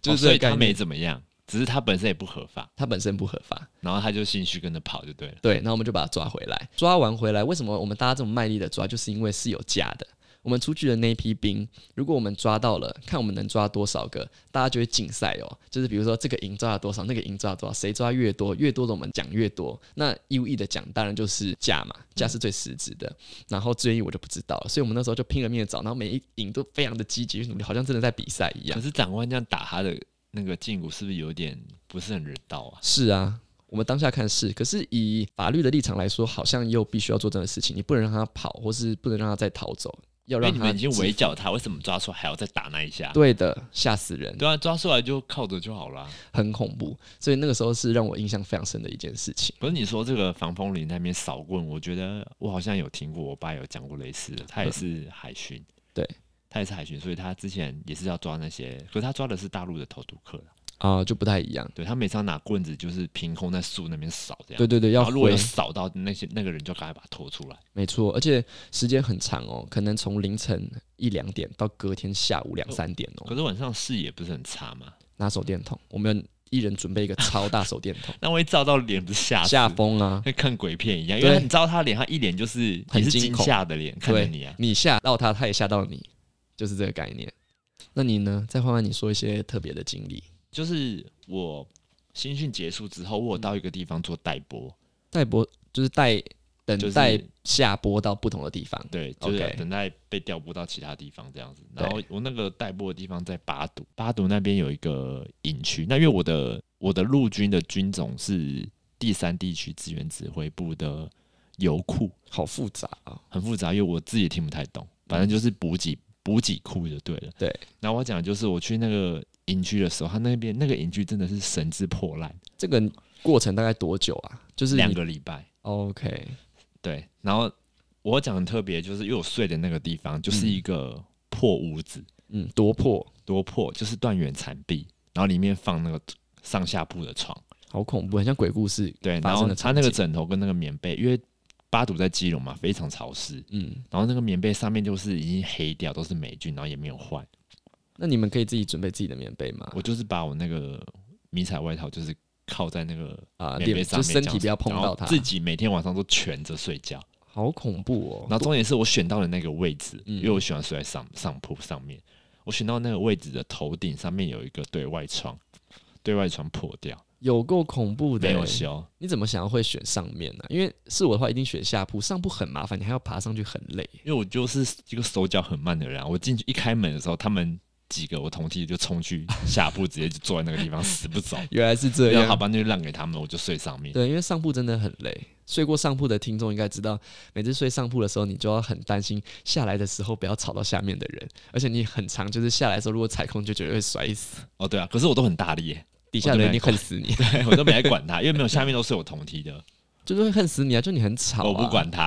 Speaker 1: 就是这
Speaker 2: 哦所
Speaker 1: 个
Speaker 2: 以
Speaker 1: 概
Speaker 2: 他
Speaker 1: 念。
Speaker 2: 没怎么样，只是他本身也不合法，
Speaker 1: 他本身不合法，
Speaker 2: 然后他就心虚跟着跑就对了。
Speaker 1: 对，然后我们就把他抓回来。抓完回来，为什么我们大家这么卖力的抓？就是因为是有价的。我们出去的那一批兵，如果我们抓到了，看我们能抓多少个，大家就会竞赛哦。就是比如说这个营抓了多少，那个营抓了多少，谁抓越多，越多的我们奖越多。那义务役的奖当然就是价嘛，价是最实质的。然后志愿役我就不知道了，所以我们那时候就拼了命的找，然后每一营都非常的积极去努力，好像真的在比赛一样
Speaker 2: 可。是长官这样打他的那个胫骨，是不是有点不是很人道啊？
Speaker 1: 是啊，我们当下看是，可是以法律的立场来说，好像又必须要做这样的事情，你不能让他跑，或是不能让他再逃走，要
Speaker 2: 因为
Speaker 1: 让
Speaker 2: 你
Speaker 1: 他
Speaker 2: 们已经
Speaker 1: 自
Speaker 2: 围剿他，为什么抓出来还要再打那一下？
Speaker 1: 对的，吓死人，
Speaker 2: 对啊，抓出来就靠着就好啦。
Speaker 1: 很恐怖。所以那个时候是让我印象非常深的一件事情。
Speaker 2: 可是你说这个防风林那边扫棍，我觉得我好像有听过，我爸有讲过类似的，他也是海巡，
Speaker 1: 对
Speaker 2: 他也是海巡，所以他之前也是要抓那些，可是他抓的是大陆的投毒客啦
Speaker 1: 啊、就不太一样。
Speaker 2: 对他每次要拿棍子就是凭空在树那边扫这样，
Speaker 1: 对对对，要
Speaker 2: 然后如果
Speaker 1: 回
Speaker 2: 有，扫到那些那个人，就赶快把他拖出来。
Speaker 1: 没错，而且时间很长哦，可能从凌晨一两点到隔天下午两三点哦，
Speaker 2: 可是晚上视野不是很差嘛，，
Speaker 1: 拿手电筒，我们一人准备一个超大手电筒
Speaker 2: 那万一照到脸不是 (laughs) 吓死
Speaker 1: 吓疯啊！
Speaker 2: 跟看鬼片一样，因
Speaker 1: 对
Speaker 2: 为你知道他脸，他一脸就是
Speaker 1: 很
Speaker 2: 也是
Speaker 1: 惊
Speaker 2: 惊
Speaker 1: 恐
Speaker 2: 吓的脸看着
Speaker 1: 对
Speaker 2: 你啊。
Speaker 1: 你吓到他，他也吓到你，就是这个概念。那你呢？再换换你说一些特别的经历。
Speaker 2: 就是我新训结束之后，我有
Speaker 1: 嗯
Speaker 2: 到一个地方做待播，
Speaker 1: 待播就是待等
Speaker 2: 就是
Speaker 1: 待下播到不同的地方。
Speaker 2: 对，就是
Speaker 1: OK
Speaker 2: 等待被调拨到其他地方这样子。
Speaker 1: 对
Speaker 2: 然后我那个待播的地方在巴都，巴都那边有一个营区。那因为我的我的陆军的军种是第三地区支援指挥部的油库，
Speaker 1: 好复杂啊、
Speaker 2: 很复杂，因为我自己也听不太懂。反正就是补给补给库就对了。
Speaker 1: 对，
Speaker 2: 然后我讲的就是我去那个营区的时候，他那边那个营区真的是神之破烂，
Speaker 1: 这个过程大概多久啊？就是
Speaker 2: 两
Speaker 1: 你
Speaker 2: 个礼拜。
Speaker 1: OK，
Speaker 2: 对，然后我讲很特别，就是因为我睡的那个地方就是一个破屋子，
Speaker 1: 嗯，多破，
Speaker 2: 多破，就是断垣残壁，然后里面放那个上下铺的床，
Speaker 1: 好恐怖，很像鬼故事。
Speaker 2: 对，
Speaker 1: 发
Speaker 2: 然
Speaker 1: 生
Speaker 2: 后
Speaker 1: 的
Speaker 2: 他
Speaker 1: 场
Speaker 2: 那个
Speaker 1: 景
Speaker 2: 枕头跟那个棉被，因为巴堵在基隆嘛，非常潮湿，
Speaker 1: 嗯，
Speaker 2: 然后那个棉被上面就是已经黑掉，都是霉菌，然后也没有换，
Speaker 1: 那你们可以自己准备自己的棉被吗？
Speaker 2: 我就是把我那个迷彩外套就是靠在那个
Speaker 1: 啊，
Speaker 2: 棉被
Speaker 1: 脸
Speaker 2: 上
Speaker 1: 就
Speaker 2: 面这样
Speaker 1: 身
Speaker 2: 子，
Speaker 1: 体不要碰
Speaker 2: 然
Speaker 1: 到
Speaker 2: 后
Speaker 1: 它，
Speaker 2: 自己每天晚上都蜷着睡觉。
Speaker 1: 好恐怖
Speaker 2: 然
Speaker 1: 哦。
Speaker 2: 后重点是我选到了那个位置，
Speaker 1: 嗯
Speaker 2: 因为我喜欢睡在上上铺上面。我选到那个位置的头顶上面有一个对外窗，对外窗破掉，
Speaker 1: 有够恐怖的、欸
Speaker 2: 没有修。
Speaker 1: 你怎么想要会选上面啊呢、因为是我的话，一定选下铺。上铺很麻烦，你还要爬上去，很累。
Speaker 2: 因为我就是一个手脚很慢的人啊，我进去一开门的时候，他们几个我同梯就冲去下铺，直接就坐在那个地方死不
Speaker 1: (laughs)
Speaker 2: 走。
Speaker 1: 原来是这
Speaker 2: 然后好吧，那就让给他们，我就睡上面。
Speaker 1: 对，因为上铺真的很累。睡过上铺的听众应该知道，每次睡上铺的时候，你就要很担心下来的时候不要吵到下面的人，而且你很常就是下来的时候，如果踩空就觉得会摔死，
Speaker 2: 哦，对啊，可是我都很大力耶， (laughs)
Speaker 1: 底下
Speaker 2: 哦
Speaker 1: 的人一定恨死你，
Speaker 2: 我都没来管他，因为没有下面都是我同梯的，
Speaker 1: 就是会恨死你啊！就你很吵、啊，
Speaker 2: 我不。管他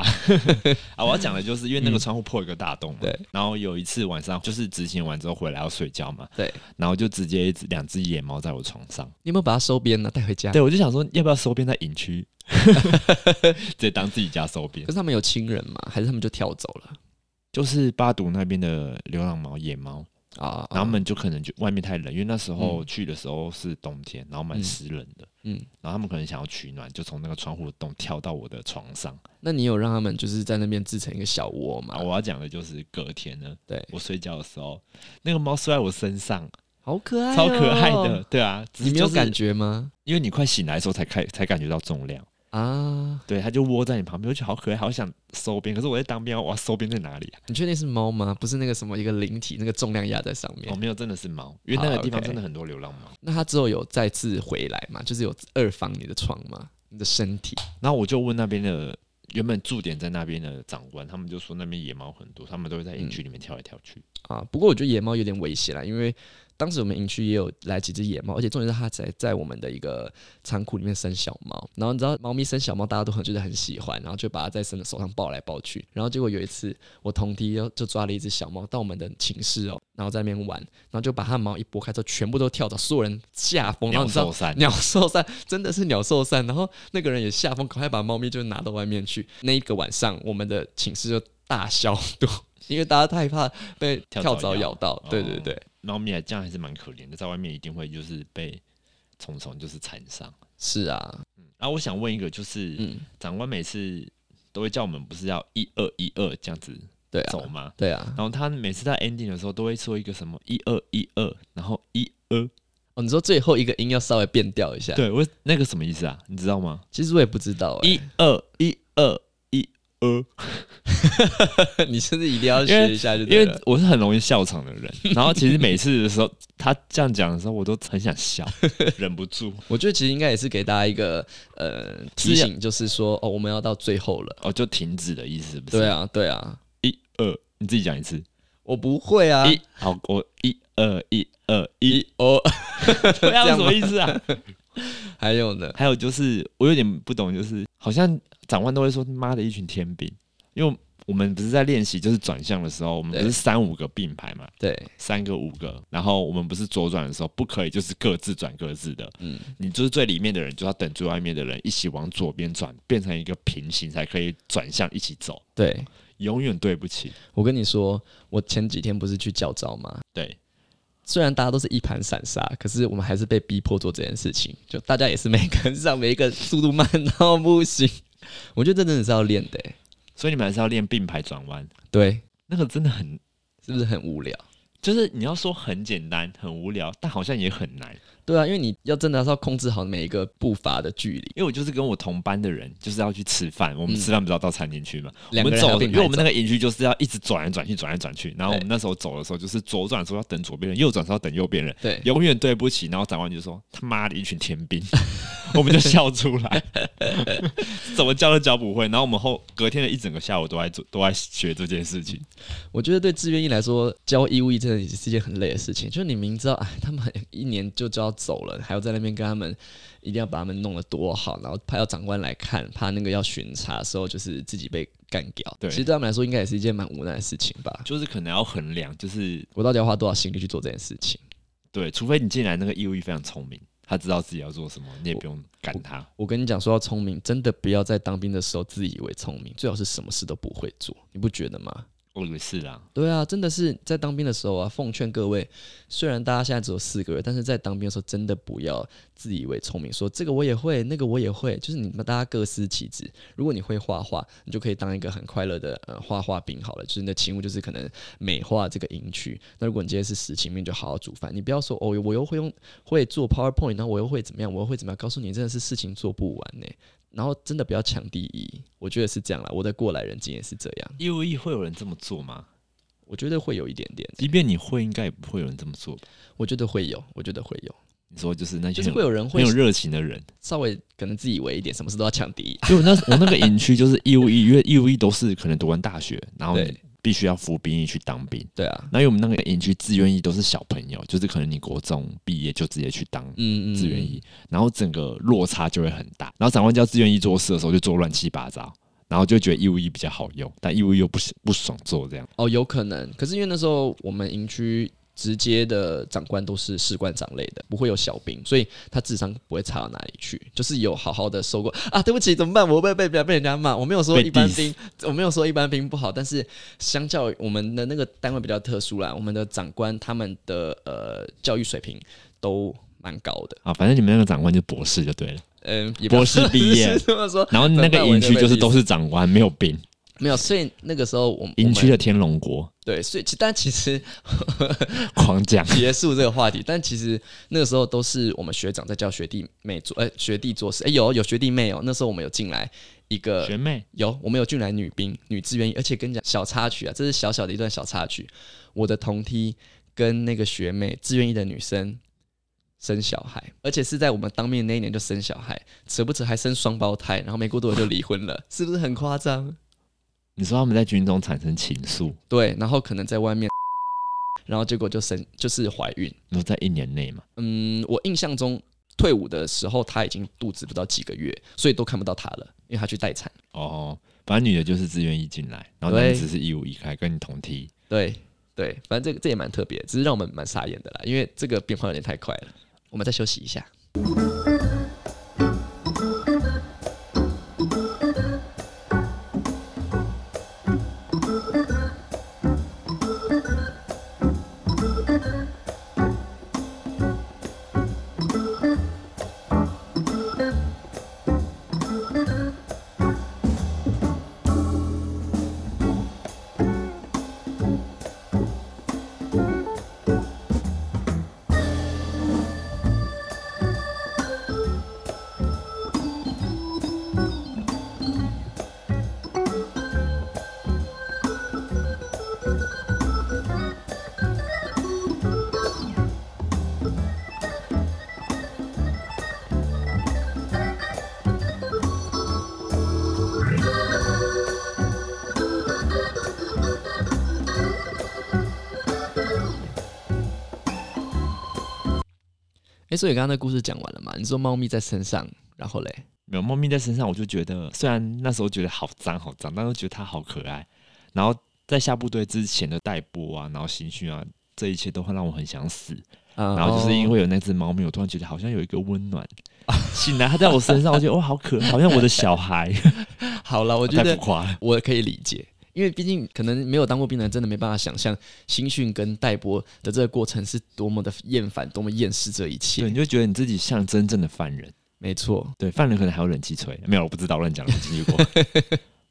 Speaker 2: (laughs) 啊！我要讲的就是，因为那个窗户破一个大洞嘛，
Speaker 1: 嗯对。
Speaker 2: 然后有一次晚上，就是执行完之后回来要睡觉嘛，
Speaker 1: 对。
Speaker 2: 然后就直接一只两只野猫在我床上，
Speaker 1: 你有没有把它收编呢、带回家？
Speaker 2: 对我就想说，要不要收编在营区， (laughs) 直接当自己家收编
Speaker 1: 可？是他们有亲人嘛，还是他们就跳走了
Speaker 2: 就是巴毒那边的流浪猫、野猫，
Speaker 1: 啊？
Speaker 2: 然后他们就可能就外面太冷，因为那时候去的时候是冬天，然后蛮湿冷的，
Speaker 1: 嗯，
Speaker 2: 然后他们可能想要取暖，就从那个窗户洞跳到我的床上。
Speaker 1: 那你有让他们就是在那边制成一个小窝
Speaker 2: 啊，
Speaker 1: 吗？
Speaker 2: 我要讲的就是隔天呢，
Speaker 1: 对
Speaker 2: 我睡觉的时候，那个猫睡在我身上，
Speaker 1: 好可爱、哦
Speaker 2: 超可爱的，。对啊，只
Speaker 1: 哎你
Speaker 2: 是
Speaker 1: 没有
Speaker 2: 就是
Speaker 1: 感，觉吗？
Speaker 2: 因为你快醒来的时候才开才感觉到重量，
Speaker 1: 啊，
Speaker 2: 对，它就窝在你旁边，我就觉得好可爱，好想收编，可是我在当兵，我要收编在哪里啊？
Speaker 1: 你确定是猫吗？不是那个什么一个灵体，那个重量压在上面。
Speaker 2: 哦，没有，真的是猫，因为那
Speaker 1: 好
Speaker 2: 个地方
Speaker 1: OK
Speaker 2: 真的很多流浪猫。
Speaker 1: 那它之后有再次回来吗？就是有二访你的床吗？你的身体？
Speaker 2: 然后我就问那边的原本驻点在那边的长官，他们就说那边野猫很多，他们都会在营区里面跳来跳去。
Speaker 1: 啊，不过我觉得野猫有点危险啦，因为当时我们营区也有来几只野猫，而且重点是它在在我们的一个仓库里面生小猫，然后你知道猫咪生小猫大家都很觉得很喜欢，然后就把它在生的手上抱来抱去，然后结果有一次我同梯就就抓了一只小猫到我们的寝室哦，然后在那边玩，然后就把它的毛一拨开之后全部都跳蚤，所有人吓疯，然后
Speaker 2: 鸟
Speaker 1: 你嗯知道
Speaker 2: 兽
Speaker 1: (laughs)
Speaker 2: 散，
Speaker 1: 鸟兽散，真的是鸟兽散。然后那个人也吓疯，赶快把猫咪就拿到外面去。那一个晚上，我们的寝室就大消毒， (laughs) 因为大家太怕被
Speaker 2: 跳
Speaker 1: 跳
Speaker 2: 蚤
Speaker 1: 蚤
Speaker 2: 咬哦
Speaker 1: 咬到。对对对，
Speaker 2: 猫咪还这样还是蛮可怜的，在外面一定会就是被虫虫就是缠上。
Speaker 1: 是啊，
Speaker 2: 然后我想问一个，就是、
Speaker 1: 嗯，
Speaker 2: 长官每次都会叫我们不是要一二一二这样子
Speaker 1: 对啊，
Speaker 2: 走吗？
Speaker 1: 对啊。
Speaker 2: 然后他每次在 ending 的时候都会说一个什么一二一二，然后一二，
Speaker 1: 哦，你说最后一个音要稍微变调一下，
Speaker 2: 对我那个什么意思啊？你知道吗？
Speaker 1: 其实我也不知道、欸，
Speaker 2: 一二一二一二，
Speaker 1: (laughs) 你甚至一定要
Speaker 2: 因为
Speaker 1: 学一下就
Speaker 2: 因
Speaker 1: 对
Speaker 2: 为
Speaker 1: 了。
Speaker 2: 我是很容易笑场
Speaker 1: (laughs)
Speaker 2: 的人，然后其实每次的时候他这样讲的时候，我都很
Speaker 1: (laughs)
Speaker 2: 想笑，忍不住。
Speaker 1: 我觉得其实应该也是给大家一个呃提醒，就是说哦，我们要到最后了。
Speaker 2: 哦，就停止的意思，不是？
Speaker 1: 对，啊，对啊，
Speaker 2: 一二，你自己讲一次。
Speaker 1: 我不会啊，
Speaker 2: 一，好，我一二一二
Speaker 1: (laughs)
Speaker 2: 一，
Speaker 1: 哦，
Speaker 2: 对啊，
Speaker 1: 这
Speaker 2: 什
Speaker 1: 样吗
Speaker 2: 么意思啊？
Speaker 1: 还有呢，
Speaker 2: 还有就是，我有点不懂，就是好像长官都会说妈的一群天兵，因为我们不是在练习就是转向的时候，我们不
Speaker 1: 对
Speaker 2: 是三五个并排嘛，
Speaker 1: 对，
Speaker 2: 三个五个，然后我们不是左转的时候不可以就是各自转各自的，
Speaker 1: 嗯，
Speaker 2: 你就是最里面的人就要等最外面的人一起往左边转，变成一个平行才可以转向一起走，
Speaker 1: 对，
Speaker 2: 永远对不起，
Speaker 1: 我跟你说，我前几天不是去教招吗？
Speaker 2: 对，
Speaker 1: 虽然大家都是一盘散沙，可是我们还是被逼迫做这件事情。就大家也是每个人上每一个速度慢到不行， (laughs) 我觉得这真的是要练的、欸。
Speaker 2: 所以你们还是要练并排转弯，
Speaker 1: 对，
Speaker 2: 那个真的很。
Speaker 1: 是不是很无聊？
Speaker 2: 就是你要说很简单、很无聊，但好像也很难。
Speaker 1: 对啊，因为你要真的是要控制好每一个步伐的距离，
Speaker 2: 因为我就是跟我同班的人，就是要去吃饭。我们
Speaker 1: 嗯
Speaker 2: 吃饭不是要到餐厅去嘛？
Speaker 1: 两
Speaker 2: 我
Speaker 1: 个
Speaker 2: 们
Speaker 1: 人还要
Speaker 2: 走，
Speaker 1: 并
Speaker 2: 因
Speaker 1: 排
Speaker 2: 为我们
Speaker 1: 走
Speaker 2: 那。个营区就是要一直转来转去、转来转去。然后我们
Speaker 1: 对
Speaker 2: 那时候走的时候，就是左转的时候要等左边人，右转的时候要等右边人，
Speaker 1: 对，
Speaker 2: 永远对不起。然后长官就说：“他妈的一群天兵！” (laughs) 我们就笑出来， (laughs) 怎么教都教不会。然后我们后隔天的一整个下午都在做，都在学这件事情。
Speaker 1: 我觉得对志愿役来说，教义务役真的也是一件很累的事情。就是你明知道，哎，他们一年就就要走了，还要在那边跟他们，一定要把他们弄得多好，然后怕要长官来看，怕那个要巡查的时候就是自己被干掉。
Speaker 2: 对
Speaker 1: 其实对他们来说，应该也是一件蛮无奈的事情吧。
Speaker 2: 就是可能要衡量，就是
Speaker 1: 我到底要花多少心力去做这件事情？
Speaker 2: 对，除非你进来那个义务役非常聪明，他知道自己要做什么，你也不用赶他。
Speaker 1: 我跟你讲，说到聪明，真的不要在当兵的时候自以为聪明，最好是什么事都不会做，你不觉得吗？
Speaker 2: 我以为是啦，
Speaker 1: 对啊，真的是在当兵的时候啊，奉劝各位，虽然大家现在只有四个月，但是在当兵的时候真的不要自以为聪明，说这个我也会，那个我也会，就是你们大家各司其职。如果你会画画，你就可以当一个很快乐的呃画画兵好了，就是你的勤务就是可能美化这个营区。那如果你今天是实勤面，就好好煮饭，你不要说哦，我又会用会做 PowerPoint，然后我又会怎么样，我又会怎么样，告诉你真的是事情做不完呢、然后真的不要抢第一，我觉得是这样啦，我的过来人经验是这样，
Speaker 2: 义务役会有人这么做吗？
Speaker 1: 我觉得会有一点点。
Speaker 2: 即便你会，应该也不会有人这么做吧。
Speaker 1: 我觉得会有，我觉得会有，
Speaker 2: 你说就是那些
Speaker 1: 就是会有人
Speaker 2: 很
Speaker 1: 会
Speaker 2: 有热情的人，
Speaker 1: 稍微可能自以为一点，什么事都要抢第一。
Speaker 2: (laughs) 就我那我那个营区就是义务役，因为义务役都是可能读完大学，然后
Speaker 1: 对
Speaker 2: 必须要服兵役去当兵。
Speaker 1: 对啊，
Speaker 2: 那因为我们那个营区志愿役都是小朋友，就是可能你国中毕业就直接去当
Speaker 1: 嗯嗯，
Speaker 2: 志愿役，然后整个落差就会很大。然后长官叫志愿役做事的时候就做乱七八糟，然后就觉得义务役比较好用，但义务役又不不爽做这样。
Speaker 1: 哦，有可能。可是因为那时候我们营区直接的长官都是士官长类的，不会有小兵，所以他智商不会差到哪里去，就是有好好的受过啊。对不起，怎么办？我会被被被人家骂。我没有说
Speaker 2: 被
Speaker 1: 一般
Speaker 2: diss
Speaker 1: 兵，我没有说一般兵不好，但是相较于我们的那个单位比较特殊啦，我们的长官他们的呃教育水平都蛮高的。
Speaker 2: 啊，反正你们那个长官就博士就对了，
Speaker 1: 嗯，也不
Speaker 2: 博士毕
Speaker 1: (laughs)
Speaker 2: 业
Speaker 1: 是这么说， (laughs)
Speaker 2: 然后那个营区就是都是长官，没有兵。
Speaker 1: 没有，所以那个时候我们
Speaker 2: 营区
Speaker 1: 我们
Speaker 2: 的天
Speaker 1: (laughs)
Speaker 2: 龙国
Speaker 1: 对，所以其但其实
Speaker 2: 狂讲，
Speaker 1: 结束这个话题， (laughs) 但其实那个时候都是我们学长在教学弟妹做，呃，学弟做事，哎、有有学弟妹哦，那时候我们有进来一个
Speaker 2: 学妹
Speaker 1: 有，我们有进来女兵、女志愿役，而且跟你讲小插曲啊，这是小小的一段小插曲。我的同梯跟那个学妹志愿役的女生生小孩，而且是在我们当面那一年就生小孩，扯不扯还生双胞胎，然后没过多久就离婚了，是不是很夸张？
Speaker 2: 你说他们在军中产生情愫，
Speaker 1: 对，然后可能在外面，然后结果就生就是怀孕。
Speaker 2: 你说在一年内嘛？
Speaker 1: 嗯，我印象中退伍的时候她已经肚子不到几个月，所以都看不到她了，因为她去待产。
Speaker 2: 哦，反正女的就是自愿意进来，然后男的
Speaker 1: 对
Speaker 2: 只是义务移开，跟你同梯。
Speaker 1: 对对，反正这个这也蛮特别，只是让我们蛮傻眼的啦，因为这个变化有点太快了。我们再休息一下。诶，所以刚刚的故事讲完了嘛？你说猫咪在身上，然后嘞，
Speaker 2: 没有猫咪在身上，我就觉得虽然那时候觉得好脏好脏，但是觉得它好可爱。然后在下部队之前的待播啊，然后新训啊，这一切都会让我很想死。
Speaker 1: 啊
Speaker 2: 然后就是因为有那只猫咪，我突然觉得好像有一个温暖。醒来，它在我身上，我觉得哇，好可爱，好像我的小孩。
Speaker 1: 哦好了，我觉
Speaker 2: (laughs) 太
Speaker 1: 得
Speaker 2: 浮夸了，
Speaker 1: 我可以理解，因为毕竟可能没有当过兵的人，真的没办法想象新训跟待播的这个过程是多么的厌烦，多么厌世这一
Speaker 2: 对，
Speaker 1: 切。
Speaker 2: 你就觉得你自己像真正的犯人。
Speaker 1: 没错，
Speaker 2: 对，犯人可能还有冷气吹，没有，我不知道乱讲，没经历过。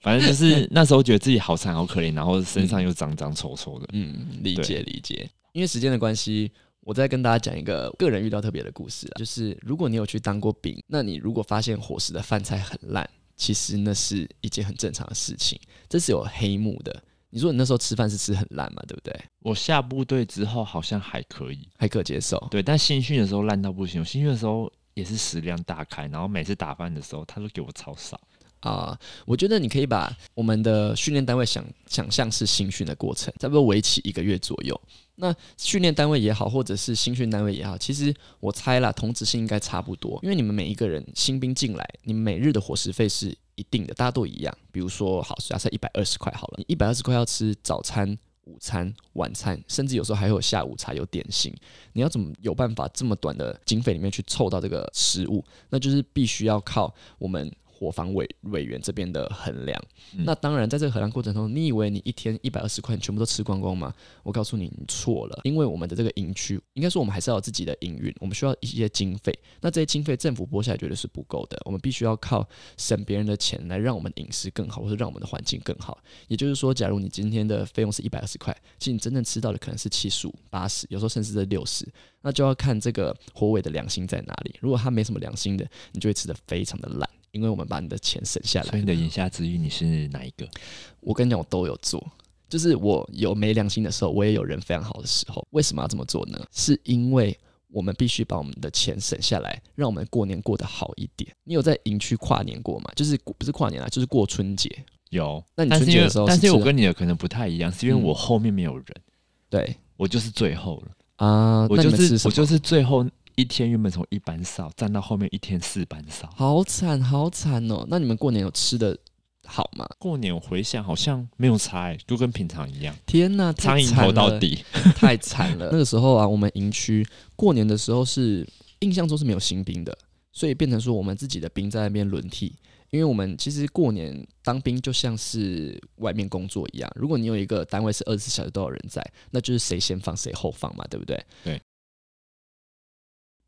Speaker 2: 反正就是那时候觉得自己好惨好可怜，然后身上又脏脏臭臭的。
Speaker 1: 嗯，理解理解。因为时间的关系，我再跟大家讲一个个人遇到特别的故事啊，就是如果你有去当过兵，那你如果发现伙食的饭菜很烂，其实那是一件很正常的事情，这是有黑幕的。你说你那时候吃饭是吃很烂嘛，对不对？
Speaker 2: 我下部队之后好像还可以，
Speaker 1: 还可接受。
Speaker 2: 对，但新训的时候烂到不行。我新训的时候也是食量大开，然后每次打饭的时候，他都给我超少。
Speaker 1: 啊、我觉得你可以把我们的训练单位想想象是新训的过程，差不多为期一个月左右。那训练单位也好，或者是新训单位也好，其实我猜啦，同职性应该差不多，因为你们每一个人新兵进来，你们每日的伙食费是一定的，大家都一样。比如说，好，假设一百二十块好了，你一百二十块要吃早餐、午餐、晚餐，甚至有时候还会有下午茶、有点心，你要怎么有办法这么短的经费里面去凑到这个食物？那就是必须要靠我们伙房委委员这边的衡量。
Speaker 2: 嗯
Speaker 1: 那当然，在这个衡量过程中，你以为你一天一百二十块你全部都吃光光吗？我告诉你，你错了，因为我们的这个营区，应该说我们还是要有自己的营运，我们需要一些经费。那这些经费政府拨下来绝对是不够的，我们必须要靠省别人的钱来让我们的饮食更好，或是让我们的环境更好。也就是说，假如你今天的费用是一百二十块，其实你真正吃到的可能是七十五、八十，有时候甚至是六十。那就要看这个火尾的良心在哪里。如果它没什么良心的，你就会吃的非常的烂，因为我们把你的钱省下
Speaker 2: 所以
Speaker 1: 来
Speaker 2: 你。的言下之意，你是哪一个？
Speaker 1: 我跟你讲，我都有做。就是我有没良心的时候，我也有人非常好的时候。为什么要这么做呢？是因为我们必须把我们的钱省下来，让我们过年过得好一点。你有在营区跨年过吗？就是不是跨年啊，就是过春节。
Speaker 2: 有，
Speaker 1: 那你
Speaker 2: 但
Speaker 1: 春节
Speaker 2: 是因为
Speaker 1: 的时候
Speaker 2: 但
Speaker 1: 是
Speaker 2: 是因为
Speaker 1: 吃
Speaker 2: 我跟你的可能不太一样，是因为
Speaker 1: 嗯
Speaker 2: 我后面没有人，
Speaker 1: 对
Speaker 2: 我就是最后了，
Speaker 1: 啊，
Speaker 2: 我
Speaker 1: 那你
Speaker 2: 就
Speaker 1: 们吃
Speaker 2: 是
Speaker 1: 什
Speaker 2: 我
Speaker 1: 么？
Speaker 2: 就是最后一天，原本从一班哨站到后面一天四班哨。
Speaker 1: 好惨，好惨哦！那你们过年有吃的好吗？
Speaker 2: 过年我回想好像没有差、欸，就跟平常一样，
Speaker 1: 天哪，
Speaker 2: 苍
Speaker 1: 太
Speaker 2: 蝇
Speaker 1: 惨
Speaker 2: 头到
Speaker 1: 了
Speaker 2: 底。
Speaker 1: 太惨 (laughs) 了。那个时候啊，我们营区过年的时候是印象中是没有新兵的，所以变成说我们自己的兵在那边轮替。因为我们其实过年当兵就像是外面工作一样，如果你有一个单位是二十四小时都有人在，那就是谁先放谁后放嘛，对不对？
Speaker 2: 对。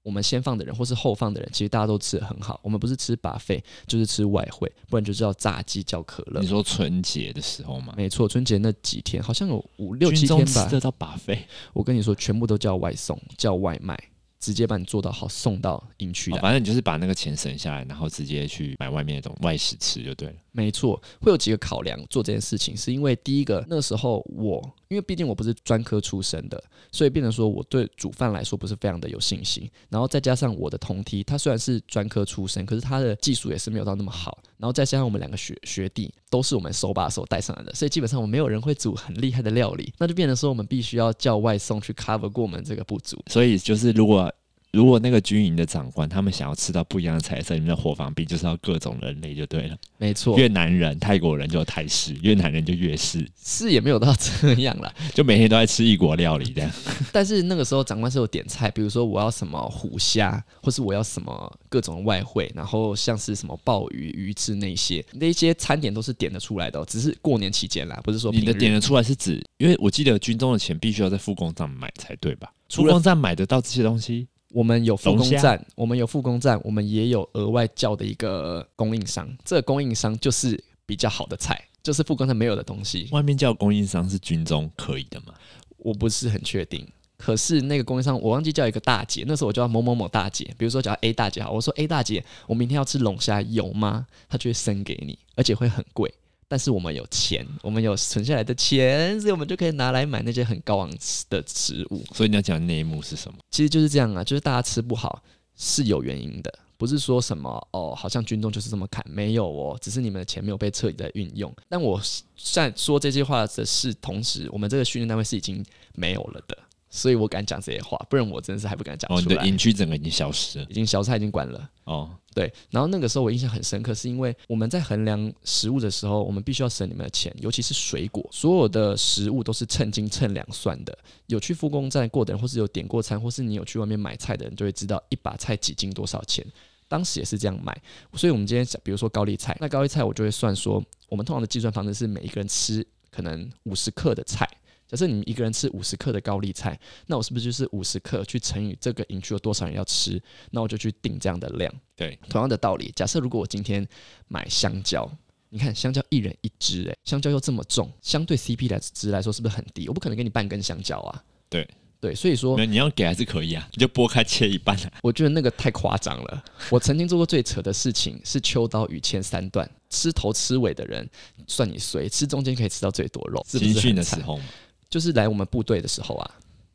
Speaker 1: 我们先放的人或是后放的人，其实大家都吃的很好。我们不是吃把费，就是吃外汇，不然就是要炸鸡叫可乐
Speaker 2: 你。说春节的时候嘛，
Speaker 1: 没错，春节那几天好像有五六七
Speaker 2: 军中
Speaker 1: 天
Speaker 2: 吃
Speaker 1: 吧。
Speaker 2: 得到把费，
Speaker 1: 我跟你说，全部都叫外送，叫外卖，直接把你做到好，送到营区
Speaker 2: 哦
Speaker 1: 来。
Speaker 2: 反正你就是把那个钱省下来，然后直接去买外面的东外食吃就对了。
Speaker 1: 没错，会有几个考量做这件事情，是因为第一个那时候我，因为毕竟我不是专科出身的，所以变成说我对煮饭来说不是非常的有信心。然后再加上我的同梯，他虽然是专科出身，可是他的技术也是没有到那么好。然后再加上我们两个学学弟都是我们手把手带上来的，所以基本上我们没有人会煮很厉害的料理，那就变成说我们必须要叫外送去 cover 过我们这个不足。
Speaker 2: 所以就是如果如果那个军营的长官他们想要吃到不一样的菜色，你们的伙房兵就是要各种人类就对了。
Speaker 1: 没错，
Speaker 2: 越南人、泰国人就有泰式，越南人就越式，
Speaker 1: 是也没有到这样啦，
Speaker 2: 就每天都在吃异国料理这样。
Speaker 1: 但是那个时候长官是有点菜，比如说我要什么虎虾，或是我要什么各种外汇，然后像是什么鲍鱼、鱼翅那些，那些餐点都是点得出来的哦、只是过年期间啦，不是说
Speaker 2: 你的
Speaker 1: 平日
Speaker 2: 点得出来是指，因为我记得军中的钱必须要在复工站买才对吧？
Speaker 1: 除
Speaker 2: 复
Speaker 1: 了
Speaker 2: 工站买得到这些东西，
Speaker 1: 我们有复工
Speaker 2: 龙虾
Speaker 1: 站，我们有复工站，我们也有额外叫的一个供应商，这个供应商就是比较好的菜，就是复工站没有的东西，
Speaker 2: 外面叫供应商是军中可以的吗？
Speaker 1: 我不是很确定。可是那个供应商，我忘记叫一个大姐，那时候我叫某某某大姐，比如说叫 A 大姐好，我说 A 大姐，我明天要吃龙虾，有吗？她就会生给你，而且会很贵。但是我们有钱，我们有存下来的钱，所以我们就可以拿来买那些很高昂的食物。
Speaker 2: 所以你要讲内幕是什么？
Speaker 1: 其实就是这样啊，就是大家吃不好是有原因的，不是说什么哦，好像军中就是这么砍，没有哦，只是你们的钱没有被彻底的运用。但我虽然说这些话的是，同时我们这个训练单位是已经没有了的，所以我敢讲这些话，不然我真的是还不敢讲
Speaker 2: 哦，你
Speaker 1: 出
Speaker 2: 的
Speaker 1: 来。
Speaker 2: 营区整个已经消失了
Speaker 1: 已经小菜已经关了，
Speaker 2: 哦。
Speaker 1: 对。然后那个时候我印象很深刻，是因为我们在衡量食物的时候，我们必须要省你们的钱，尤其是水果，所有的食物都是称斤称两算的。有去复工站过的人，或是有点过餐，或是你有去外面买菜的人，就会知道一把菜几斤多少钱。当时也是这样买，所以我们今天想，比如说高丽菜，那高丽菜我就会算说，我们通常的计算方式是每一个人吃可能五十克的菜。假设你们一个人吃五十克的高丽菜，那我是不是就是五十克去乘以这个营区有多少人要吃，那我就去定这样的量。
Speaker 2: 对，
Speaker 1: 同样的道理，假设如果我今天买香蕉，你看香蕉一人一只，诶，香蕉又这么重，相对 CP 来值来说是不是很低？我不可能给你半根香蕉啊。
Speaker 2: 对
Speaker 1: 对，所以说
Speaker 2: 没有你要给还是可以啊，你就剥开切一 (laughs) 半啊。
Speaker 1: 我觉得那个太夸张了。我曾经做过最扯的事情是秋刀鱼切三段，吃头吃尾的人算你衰，吃中间可以吃到最多肉。是不是
Speaker 2: 新
Speaker 1: 很
Speaker 2: 训的时
Speaker 1: 惨，
Speaker 2: 候嘛，
Speaker 1: 就是来我们部队的时候啊，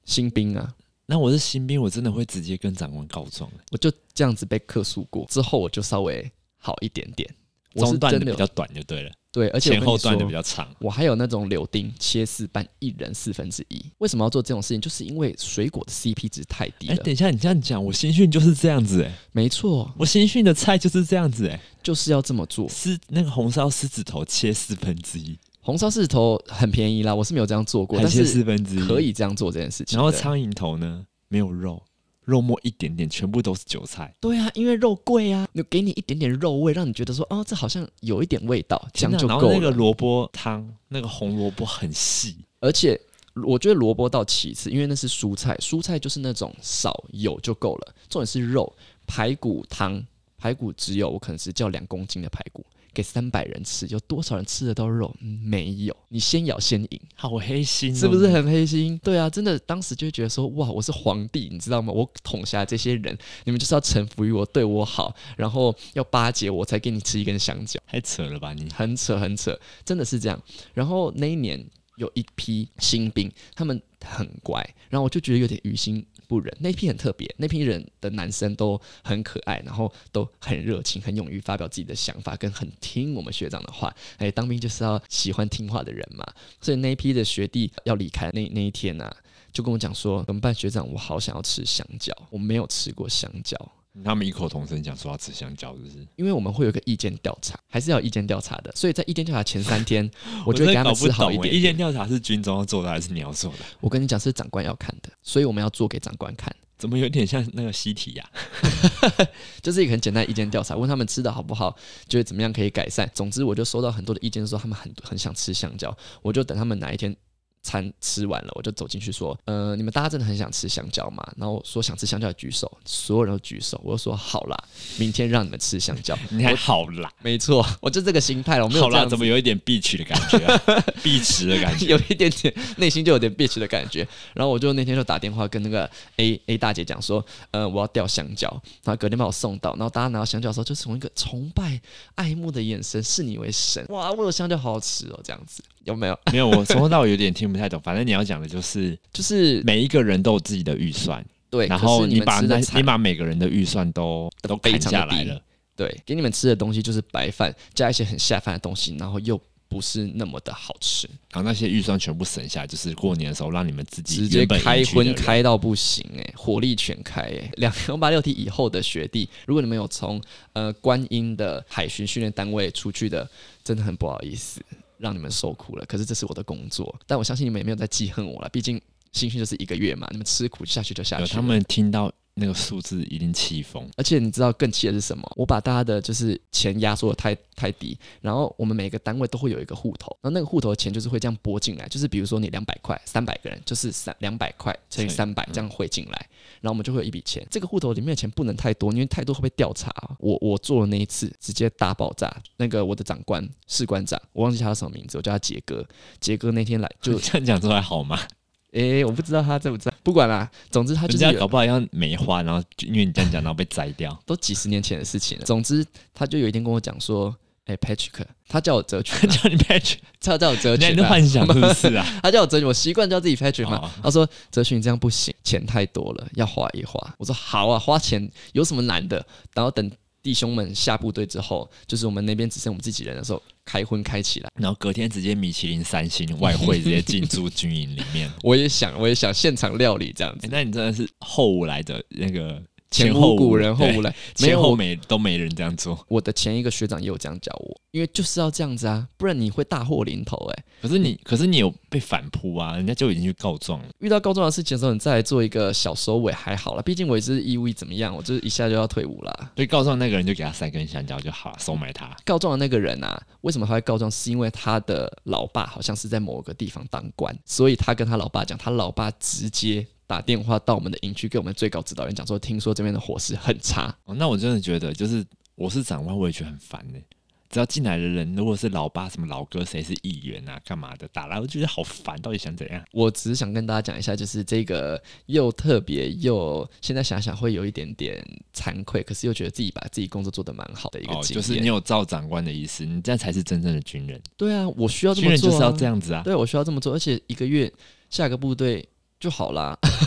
Speaker 1: 新兵啊，
Speaker 2: (laughs) 那我是新兵，我真的会直接跟长官告状。
Speaker 1: 我就这样子被客诉过，之后我就稍微好一点点。我是
Speaker 2: 中段
Speaker 1: 真
Speaker 2: 的
Speaker 1: 的
Speaker 2: 比
Speaker 1: 有
Speaker 2: 较短就对了，
Speaker 1: 对，而且我
Speaker 2: 前
Speaker 1: 跟
Speaker 2: 后
Speaker 1: 你
Speaker 2: 段的
Speaker 1: 说
Speaker 2: 比，较长。
Speaker 1: 我还有那种柳丁切四瓣，一人四分之一。为什么要做这种事情？就是因为水果的 CP 值太低
Speaker 2: 哎、
Speaker 1: 了。
Speaker 2: 等一下，你这样讲，我新训就是这样子哎、
Speaker 1: 没错，
Speaker 2: 我新训的菜就是这样子哎、
Speaker 1: 就是要这么做。
Speaker 2: 狮那个红烧狮子头切四分之一，
Speaker 1: 红烧狮子头很便宜啦，我是没有这样做过，
Speaker 2: 还
Speaker 1: 但
Speaker 2: 切
Speaker 1: 是
Speaker 2: 四分之一，
Speaker 1: 可。以这样做这件事情
Speaker 2: 然
Speaker 1: 的。
Speaker 2: 后苍蝇头呢，没有肉，肉末一点点，全部都是韭菜。
Speaker 1: 对啊，因为肉贵啊，就给你一点点肉味，让你觉得说哦，这好像有一点味道，这样就
Speaker 2: 然
Speaker 1: 够了。
Speaker 2: 后那个萝卜汤，那个红萝卜很细，
Speaker 1: 而且我觉得萝卜到其次，因为那是蔬菜，蔬菜就是那种少有就够了。重点是肉，排骨汤，排骨只有我可能只叫两公斤的排骨。给三百人吃，有多少人吃得到肉？嗯没有，你先咬先赢，
Speaker 2: 好黑心、哦
Speaker 1: 是不是？很黑心？对啊，真的，当时就会觉得说，哇，我是皇帝，你知道吗？我统辖这些人，你们就是要臣服于我，对我好，然后要巴结我，才给你吃一根香蕉。
Speaker 2: 太扯了吧你？
Speaker 1: 很扯很扯，真的是这样。然后那一年有一批新兵，他们很乖，然后我就觉得有点于心不忍。那一批很特别，那批人的男生都很可爱，然后都很热情，很勇于发表自己的想法，跟很听我们学长的话。哎，当兵就是要喜欢听话的人嘛。所以那一批的学弟要离开那那一天啊，就跟我讲说怎么办，学长，我好想要吃香蕉，我没有吃过香蕉。
Speaker 2: 他们异口同声讲说要吃香蕉，是不是？
Speaker 1: 因为我们会有一个意见调查，还是要有意见调查的，所以在意见调查前三
Speaker 2: (laughs)
Speaker 1: 天，我就
Speaker 2: 真
Speaker 1: 会给
Speaker 2: 的
Speaker 1: 他们
Speaker 2: 搞不
Speaker 1: 吃好一
Speaker 2: 懂欸
Speaker 1: 点
Speaker 2: 意
Speaker 1: 点。
Speaker 2: 见调查是军中要做的还是你要做的？
Speaker 1: 我跟你讲是长官要看的，所以我们要做给长官看，
Speaker 2: 怎么有点像那个西体
Speaker 1: (laughs)
Speaker 2: 呀、
Speaker 1: 就是一个很简单的意见调查，问他们吃的好不好，觉得怎么样可以改善。总之，我就收到很多的意见，说他们很很想吃香蕉，我就等他们哪一天餐吃完了，我就走进去说：“呃，你们大家真的很想吃香蕉吗？”然后我说想吃香蕉的举手，所有人都举手。我就说好啦，明天让你们吃香蕉。
Speaker 2: 你还好啦，
Speaker 1: 没错，我就这个心态了，我没有
Speaker 2: 好
Speaker 1: 这
Speaker 2: 啦，
Speaker 1: 样
Speaker 2: 怎
Speaker 1: 子
Speaker 2: 么有一点必取的感觉、啊，必吃的感觉？
Speaker 1: (laughs) 有一点点内心就有点 bitch 的感觉。然后我就那天就打电话跟那个 A A 大姐讲说，呃，我要掉香蕉，然后隔天把我送到，然后大家拿到香蕉的时候，就从一个崇拜、爱慕的眼神，视你为神，哇，我的香蕉好好吃哦，这样子有没有？
Speaker 2: 没有，我从头到尾有点听不太懂。反正你要讲的就是，
Speaker 1: 就是
Speaker 2: 每一个人都有自己的预算，
Speaker 1: 对，
Speaker 2: 然
Speaker 1: 可
Speaker 2: 后
Speaker 1: 是
Speaker 2: 你
Speaker 1: 你
Speaker 2: 把
Speaker 1: 那
Speaker 2: 那你把每个人的预算都都
Speaker 1: 非
Speaker 2: 砍
Speaker 1: 常
Speaker 2: 下
Speaker 1: 地
Speaker 2: 来
Speaker 1: 低
Speaker 2: 了，
Speaker 1: 对给你们吃的东西就是白饭加一些很下饭的东西，然后又。不是那么的好吃，
Speaker 2: 然后那些预算全部省下来，就是过年的时候让你们自己
Speaker 1: 直接
Speaker 2: 原本
Speaker 1: 开
Speaker 2: 营区的
Speaker 1: 荤
Speaker 2: 人
Speaker 1: 开到不行哎、火力全开哎、两两八六 T 以后的学弟，如果你们有从呃观音的海巡训练单位出去的，真的很不好意思，让你们受苦了。可是这是我的工作，但我相信你们也没有在记恨我了，毕竟新训就是一个月嘛，你们吃苦下去就下去
Speaker 2: 有
Speaker 1: 了。
Speaker 2: 他们听到那个数字一定气疯，
Speaker 1: 而且你知道更气的是什么？我把大家的就是钱压缩的太太低，然后我们每个单位都会有一个户头，然后那个户头的钱就是会这样拨进来，就是比如说你两百块，三百个人就是三两百块乘以
Speaker 2: 乘
Speaker 1: 三百这样汇进来，然后我们就会有一笔钱。这个户头里面的钱不能太多，因为太多会被调查哦。我我做的那一次直接大爆炸，那个我的长官士官长，我忘记他叫什么名字，我叫他杰哥。杰哥那天来就
Speaker 2: 就 (laughs) 这样讲出来好吗？
Speaker 1: 诶、我不知道他在不在，不管啦，总之他就
Speaker 2: 人
Speaker 1: 是
Speaker 2: 家
Speaker 1: 有
Speaker 2: 搞不好要梅花，然后就因为你这样讲，然后被摘掉。 (laughs)
Speaker 1: 都几十年前的事情了。总之，他就有一天跟我讲说：“哎、p a t r i c k 他叫我折裙啊、
Speaker 2: 叫你别去，
Speaker 1: (laughs) 他叫我折
Speaker 2: 人家
Speaker 1: 裙、
Speaker 2: 的幻想是不是啊？
Speaker 1: (laughs)
Speaker 2: (laughs)
Speaker 1: 他叫我折裙，我习惯叫自己 Patrick 嘛。
Speaker 2: 哦
Speaker 1: 他说：“哲勋，你这样不行，钱太多了，要花一花。”我说：“好啊，花钱有什么难的？”然后等弟兄们下部队之后，就是我们那边只剩我们自己人的时候，开荤开起来。
Speaker 2: 然后隔天直接米其林三星外汇直接进驻军营里 (laughs) 面。
Speaker 1: 我也想，我也想现场料理这样
Speaker 2: 欸
Speaker 1: 子，
Speaker 2: 那你真的是后无来的那个
Speaker 1: 前
Speaker 2: 后
Speaker 1: 无古人后无
Speaker 2: 来，
Speaker 1: 来，没
Speaker 2: 前
Speaker 1: 有
Speaker 2: 后
Speaker 1: 我
Speaker 2: 没都 (laughs) 没人这样做。
Speaker 1: 我的前一个学长也有这样教我，因为就是要这样子啊，不然你会大祸临头哎、
Speaker 2: 可是你，可是你有被反扑啊，人家就已经去告状了。
Speaker 1: 遇到高中的事情的时候，你再来做一个小收尾还好啦，毕竟我也是义务役怎么样，我就是一下就要退伍啦。
Speaker 2: 所以告状那个人就给他三根香蕉就好，收买他。
Speaker 1: 告状的那个人啊，为什么他会告状？是因为他的老爸好像是在某个地方当官，所以他跟他老爸讲，他老爸直接打电话到我们的营区，给我们最高指导员讲说，听说这边的伙食很差。
Speaker 2: 哦，那我真的觉得，就是我是长官，我也觉得很烦呢、只要进来的人，如果是老爸、什么老哥，谁是议员啊，干嘛的，打来我就觉得好烦，到底想怎样？
Speaker 1: 我只是想跟大家讲一下，就是这个又特别又现在想想会有一点点惭愧，可是又觉得自己把自己工作做得蛮好的一个
Speaker 2: 哦，
Speaker 1: 经验。
Speaker 2: 就是你有照长官的意思，你这样才是真正的军人。
Speaker 1: 对啊，我需要这
Speaker 2: 军
Speaker 1: 么
Speaker 2: 人
Speaker 1: 做、啊，
Speaker 2: 就是要这样子啊。
Speaker 1: 对我需要这么做，而且一个月下个部队就好啦， (laughs)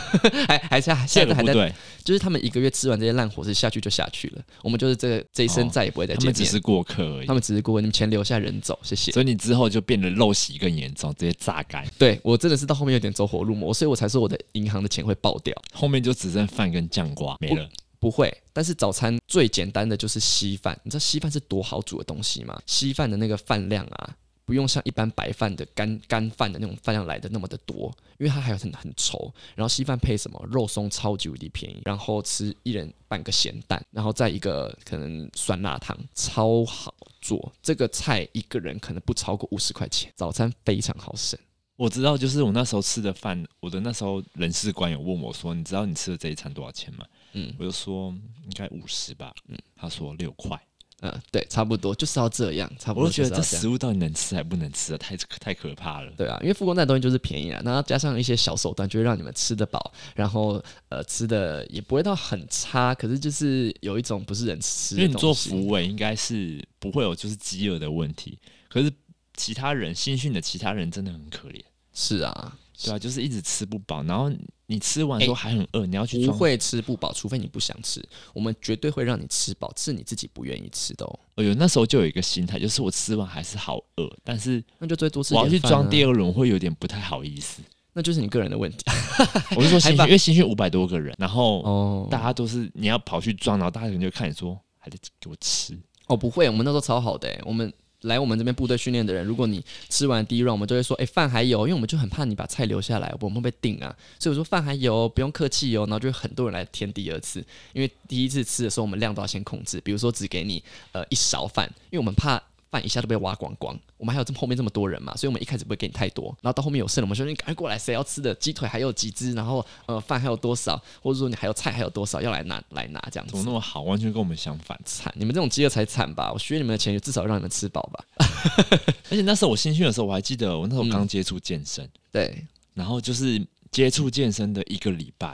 Speaker 1: 还还是
Speaker 2: 下
Speaker 1: 现
Speaker 2: 个
Speaker 1: 在还
Speaker 2: 部
Speaker 1: 在，
Speaker 2: 队，
Speaker 1: 就是他们一个月吃完这些烂伙食下去就下去了，我们就是这个这一生
Speaker 2: 哦
Speaker 1: 再也不会再
Speaker 2: 他
Speaker 1: 见
Speaker 2: 们只
Speaker 1: 面。
Speaker 2: 是过客而已
Speaker 1: 他。们只是顾问，你们钱留下人走，谢谢。
Speaker 2: 所以你之后就变得陋习更严重，直接榨干，
Speaker 1: 对我真的是到后面有点走火入魔，所以我才说我的银行的钱会爆掉。
Speaker 2: 后面就只剩饭跟酱瓜没了。
Speaker 1: 不会，但是早餐最简单的就是稀饭。你知道稀饭是多好煮的东西吗？稀饭的那个饭量啊，不用像一般白饭的干干饭的那种饭量来的那么的多，因为它还有很很稠。然后稀饭配什么肉松超级无敌便宜，然后吃一人半个咸蛋，然后再一个可能酸辣汤，超好做。这个菜一个人可能不超过五十块钱，早餐非常好省。
Speaker 2: 我知道，就是我那时候吃的饭，我的那时候人事官有问我说：“你知道你吃的这一餐多少钱吗？”
Speaker 1: 嗯
Speaker 2: 我就说应该五十吧。他说六块。
Speaker 1: 嗯，对，差不多就是要这样，差不
Speaker 2: 我
Speaker 1: 多
Speaker 2: 就觉
Speaker 1: 就是要
Speaker 2: 得这
Speaker 1: 这样。
Speaker 2: 食物到底能吃还不能吃啊，太太可怕了。
Speaker 1: 对啊，因为复工蛋的东西就是便宜啊，然后加上一些小手段，就会让你们吃得饱，然后呃吃的也不会到很差，可是就是有一种不是人吃
Speaker 2: 因为
Speaker 1: 的
Speaker 2: 你
Speaker 1: 东
Speaker 2: 做
Speaker 1: 西。
Speaker 2: 服委应该是不会有就是饥饿的问题，可是其他人新训的其他人真的很可怜，
Speaker 1: 是啊，
Speaker 2: 对啊，就是一直吃不饱，然后你吃完之后还很饿，你要去
Speaker 1: 哎不
Speaker 2: 装。
Speaker 1: 会吃不饱，除非你不想吃，我们绝对会让你吃饱，是你自己不愿意吃的哦。
Speaker 2: 哎呦，那时候就有一个心态，就是我吃完还是好饿，但是
Speaker 1: 那就最多吃、啊
Speaker 2: 我要去装第
Speaker 1: 二，
Speaker 2: 二轮会有点不太好
Speaker 1: (laughs)
Speaker 2: 意思。
Speaker 1: 那就是你个人的问题
Speaker 2: 我是说新
Speaker 1: 还
Speaker 2: 训，
Speaker 1: 把
Speaker 2: 因为新训五百多个人，然后
Speaker 1: 哦。
Speaker 2: 大家都是你要跑去装，然后大家可能就看你说还在给我吃，
Speaker 1: 哦，不会，我们那时候超好的欸，我们。来我们这边部队训练的人，如果你吃完第一 round，我们就会说，哎、饭还有，因为我们就很怕你把菜留下来，我们会被定啊。所以我说饭还有，不用客气哦。然后就会很多人来填第二次，因为第一次吃的时候我们量都要先控制，比如说只给你呃一勺饭，因为我们怕饭一下都被挖光光。我们还有这么后面这么多人嘛，所以我们一开始不会给你太多，然后到后面有剩了，我们说你赶快过来，谁要吃的鸡腿还有几只，然后呃饭还有多少，或者说你还有菜还有多少要来拿来拿这样
Speaker 2: 怎么
Speaker 1: 子
Speaker 2: 那。么好，完全跟我们相反。
Speaker 1: 惨！你们这种饥饿才惨吧！我削你们的钱，至少让你们吃饱吧。
Speaker 2: 而且那时候我新训的时候，我还记得我那时
Speaker 1: 嗯
Speaker 2: 候刚接触健身，
Speaker 1: 对，
Speaker 2: 然后就是接触健身的一个礼拜，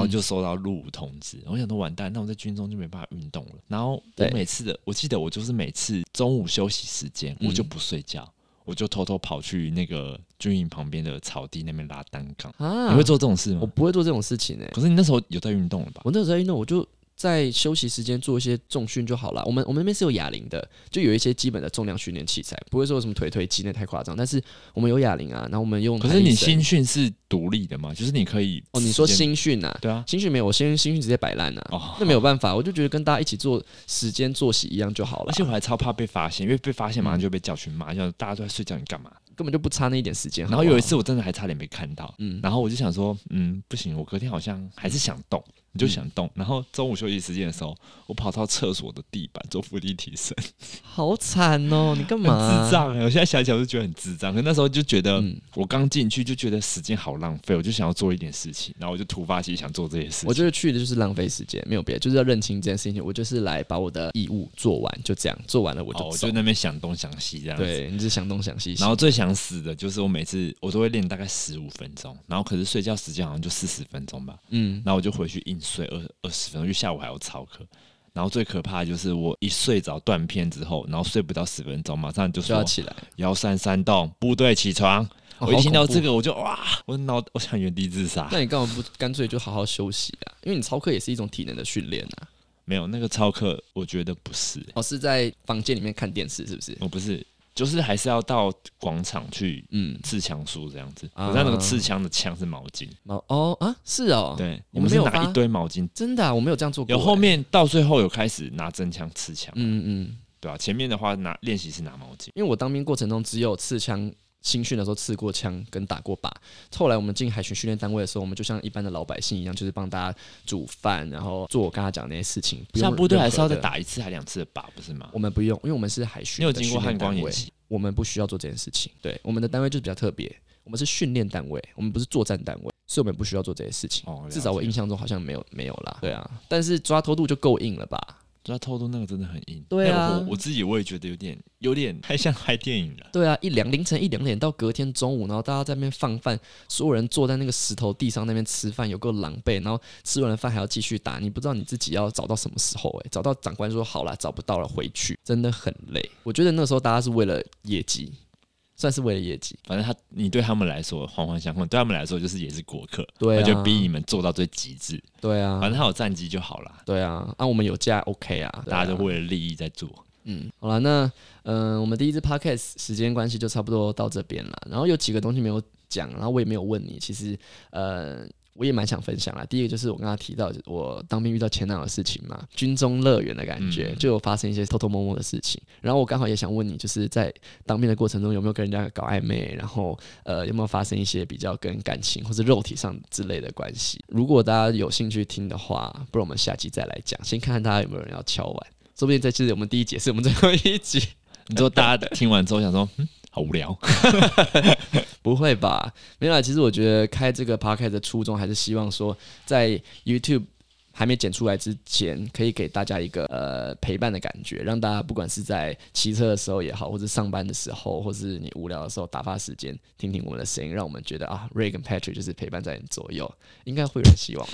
Speaker 1: 嗯
Speaker 2: 后就收到入伍通知，我想说完蛋，那我在军中就没办法运动了。然后我
Speaker 1: 对
Speaker 2: 每次的，我记得我就是每次中午休息时间，
Speaker 1: 嗯
Speaker 2: 我就不睡觉，我就偷偷跑去那个军营旁边的草地那边拉单杠。
Speaker 1: 啊，
Speaker 2: 你会？做这种事
Speaker 1: 我
Speaker 2: 吗？
Speaker 1: 不会做这种事情哎、
Speaker 2: 可是你那时候有在运动了吧？
Speaker 1: 我那时候在运动，我就在休息时间做一些重训就好了。我们我们那边是有哑铃的，就有一些基本的重量训练器材，不会说有什么腿推肌那太夸张，但是我们有哑铃啊，然后我们用
Speaker 2: 可
Speaker 1: 弹力绳。
Speaker 2: 是你新训是独立的嘛？就是你可以
Speaker 1: 哦，你说
Speaker 2: 时间
Speaker 1: 新训啊？
Speaker 2: 对啊，
Speaker 1: 新训没有，我新新训直接摆烂啊。
Speaker 2: 哦
Speaker 1: 那没有办法，我就觉得跟大家一起做时间作息一样就好了
Speaker 2: 而，且我还超怕被发
Speaker 1: 嗯
Speaker 2: 现，因为被发现马上就被叫去骂，叫大家都在睡觉，你干嘛？
Speaker 1: 根本就不差那一点时间。
Speaker 2: 然后
Speaker 1: 好不好
Speaker 2: 有一，次我真的还差点被看到，
Speaker 1: 嗯，
Speaker 2: 然后我就想说，嗯，不行，我隔天好像还是想动，
Speaker 1: 嗯
Speaker 2: 你就想动。然后中午休息时间的时候，我跑到厕所的地板做腹地提升，
Speaker 1: 好惨哦，你干
Speaker 2: 很
Speaker 1: 嘛、
Speaker 2: 智障欸、我现在想起来我就觉得很智障，可那时候就觉得、
Speaker 1: 嗯
Speaker 2: 我刚进去就觉得时间好浪费，我就想要做一点事情，然后我就突发奇想做这些事
Speaker 1: 我
Speaker 2: 情。
Speaker 1: 觉得去的就是浪费时间，没有别的，就是要认清这件事情。我就是来把我的义务做完，就这样，做完了我就
Speaker 2: 哦，
Speaker 1: 走。
Speaker 2: 我就那边想东想西这样子。
Speaker 1: 对，你只想东想西想，
Speaker 2: 然后最想死的就是我每次我都会练大概十五分钟，然后可是睡觉时间好像就四十分钟吧，
Speaker 1: 嗯，
Speaker 2: 然后我就回去硬睡二二十分钟，因为下午还有操课。然后最可怕的就是我一睡着断片之后，然后睡不到十分钟，马上就
Speaker 1: 就
Speaker 2: 说
Speaker 1: 要起来。
Speaker 2: 幺三三洞部队起床。
Speaker 1: 哦
Speaker 2: 我一听到这，
Speaker 1: 好恐
Speaker 2: 个我就哇，我脑我想原地自杀
Speaker 1: 怖。那你干嘛不干脆就好好休息啊？因为你操课也是一种体能的训练啊。
Speaker 2: 没有那个操课，我觉得不是、
Speaker 1: 哦，是在房间里面看电视是不是？
Speaker 2: 我不是，就是还是要到广场去
Speaker 1: 嗯，
Speaker 2: 刺枪术这样子。
Speaker 1: 啊
Speaker 2: 我知道那个刺枪的枪是毛巾，
Speaker 1: 毛哦啊，是哦，
Speaker 2: 对，
Speaker 1: 你
Speaker 2: 我
Speaker 1: 们
Speaker 2: 们
Speaker 1: 没
Speaker 2: 是
Speaker 1: 有
Speaker 2: 拿
Speaker 1: 发
Speaker 2: 一堆毛巾。
Speaker 1: 真的啊、我没有这样做过欸。
Speaker 2: 有后面到最后有开始拿真枪刺枪，
Speaker 1: 嗯，嗯嗯，
Speaker 2: 对吧、前面的话拿练习是拿毛巾。
Speaker 1: 因为我当兵过程中只有刺枪。新训的时候刺过枪跟打过靶，后来我们进海巡训练单位的时候，我们就像一般的老百姓一样，就是帮大家煮饭，然后做我刚才讲的那些事情。不用
Speaker 2: 下部队
Speaker 1: 任何
Speaker 2: 还是要再
Speaker 1: 的，
Speaker 2: 打一次还两次的靶，不是吗？
Speaker 1: 我们不用，因为我们是海巡。
Speaker 2: 你有经过汉光演？习？
Speaker 1: 我们不需要做这件事情。对，我们的单位就是比较特别，我们是训练单位，我们不是作战单位，所以我们不需要做这些事情。
Speaker 2: 哦了解
Speaker 1: 至少我印象中好像没有没有啦。对啊，但是抓偷渡就够硬了吧？
Speaker 2: 抓偷渡那个真的很硬。
Speaker 1: 对啊
Speaker 2: 那个我我自己我也觉得有点有点太像拍电影了。
Speaker 1: 对啊，一两凌晨一两点到隔天中午，然后大家在那边放饭，所有人坐在那个石头地上那边吃饭，有够狼狈。然后吃完了饭还要继续打，你不知道你自己要找到什么时候诶、欸找到长官说好啦，找不到了回去，真的很累。我觉得那时候大家是为了业绩，算是为了业绩。
Speaker 2: 反正他你对他们来说环环相扣，对他们来说就是也是过客，
Speaker 1: 对啊
Speaker 2: 他就逼你们做到最极致。
Speaker 1: 对啊，
Speaker 2: 反正他有战绩就好啦，
Speaker 1: 对啊，啊我们有假 OK 啊，对啊
Speaker 2: 大家都为了利益在做。
Speaker 1: 嗯，好了，那嗯、呃我们第一支 podcast 时间关系就差不多到这边了。然后有几个东西没有讲，然后我也没有问你，其实呃。我也蛮想分享啦。第一个就是我刚刚提到我当兵遇到前男友的事情嘛，军中乐园的感觉，
Speaker 2: 嗯
Speaker 1: 就有发生一些偷偷摸摸的事情。然后我刚好也想问你，就是在当兵的过程中有没有跟人家搞暧昧，然后呃有没有发生一些比较跟感情或是肉体上之类的关系？如果大家有兴趣听的话，不然我们下集再来讲，先看看大家有没有人要敲碗。说不定这就是我们第一节，是我们最后一集。
Speaker 2: 你说大家听完之后想说，嗯，好无聊。 (laughs)
Speaker 1: 不会吧？没有啦，其实我觉得开这个 podcast 的初衷还是希望说，在 YouTube 还没剪出来之前，可以给大家一个呃陪伴的感觉，让大家不管是在骑车的时候也好，或者上班的时候，或是你无聊的时候打发时间，听听我们的声音，让我们觉得啊，Ray 跟 Patrick 就是陪伴在你左右，应该会有人希望。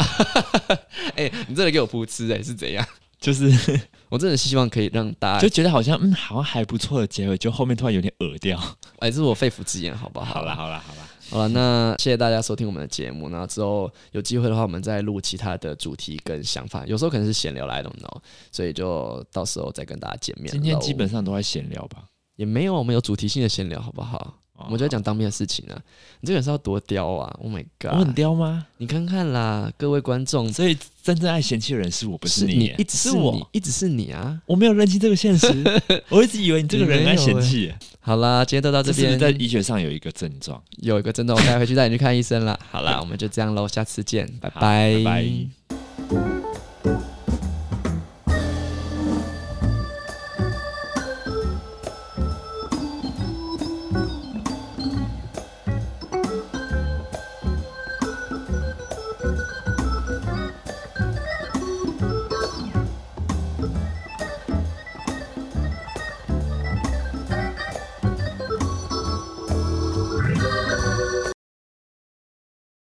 Speaker 1: (laughs) 哎、你真的给我噗嗤哎、是怎样？
Speaker 2: 就是
Speaker 1: 我真的希望可以让大家
Speaker 2: 就，觉得好像嗯，好像还不错的结尾，就后面突然有点恶掉。
Speaker 1: 哎、这是我肺腑之言，好不好？
Speaker 2: 好啦，好啦，好啦，
Speaker 1: 好了，那谢谢大家收听我们的节目。然后之后有机会的话，我们再录其他的主题跟想法。有时候可能是闲聊来的 know，所以就到时候再跟大家见面喽。
Speaker 2: 今天基本上都在闲聊吧。
Speaker 1: 也没有我们有主题性的闲聊，好不好？
Speaker 2: 哦
Speaker 1: 我们就在讲当面的事情啊。你这个人是要多刁啊！Oh my
Speaker 2: 我很
Speaker 1: god！
Speaker 2: 刁吗？
Speaker 1: 你看看啦，各位观众，
Speaker 2: 所以真正爱嫌弃的人是我，不是
Speaker 1: 你
Speaker 2: 耶，
Speaker 1: 一直
Speaker 2: 是
Speaker 1: 是你
Speaker 2: 我，，
Speaker 1: 一直是你啊！
Speaker 2: 我没有认清这
Speaker 1: (laughs)
Speaker 2: 个现实，我一直以为你这个人很爱嫌弃耶。
Speaker 1: 好啦，今天欸就到这
Speaker 2: 这是不
Speaker 1: 边。
Speaker 2: 是在医学上有一个症状？
Speaker 1: 有一个症状，我带回去带你去看医生啦。好啦，我们就这样喽，下次见，拜
Speaker 2: 好
Speaker 1: 拜
Speaker 2: 拜拜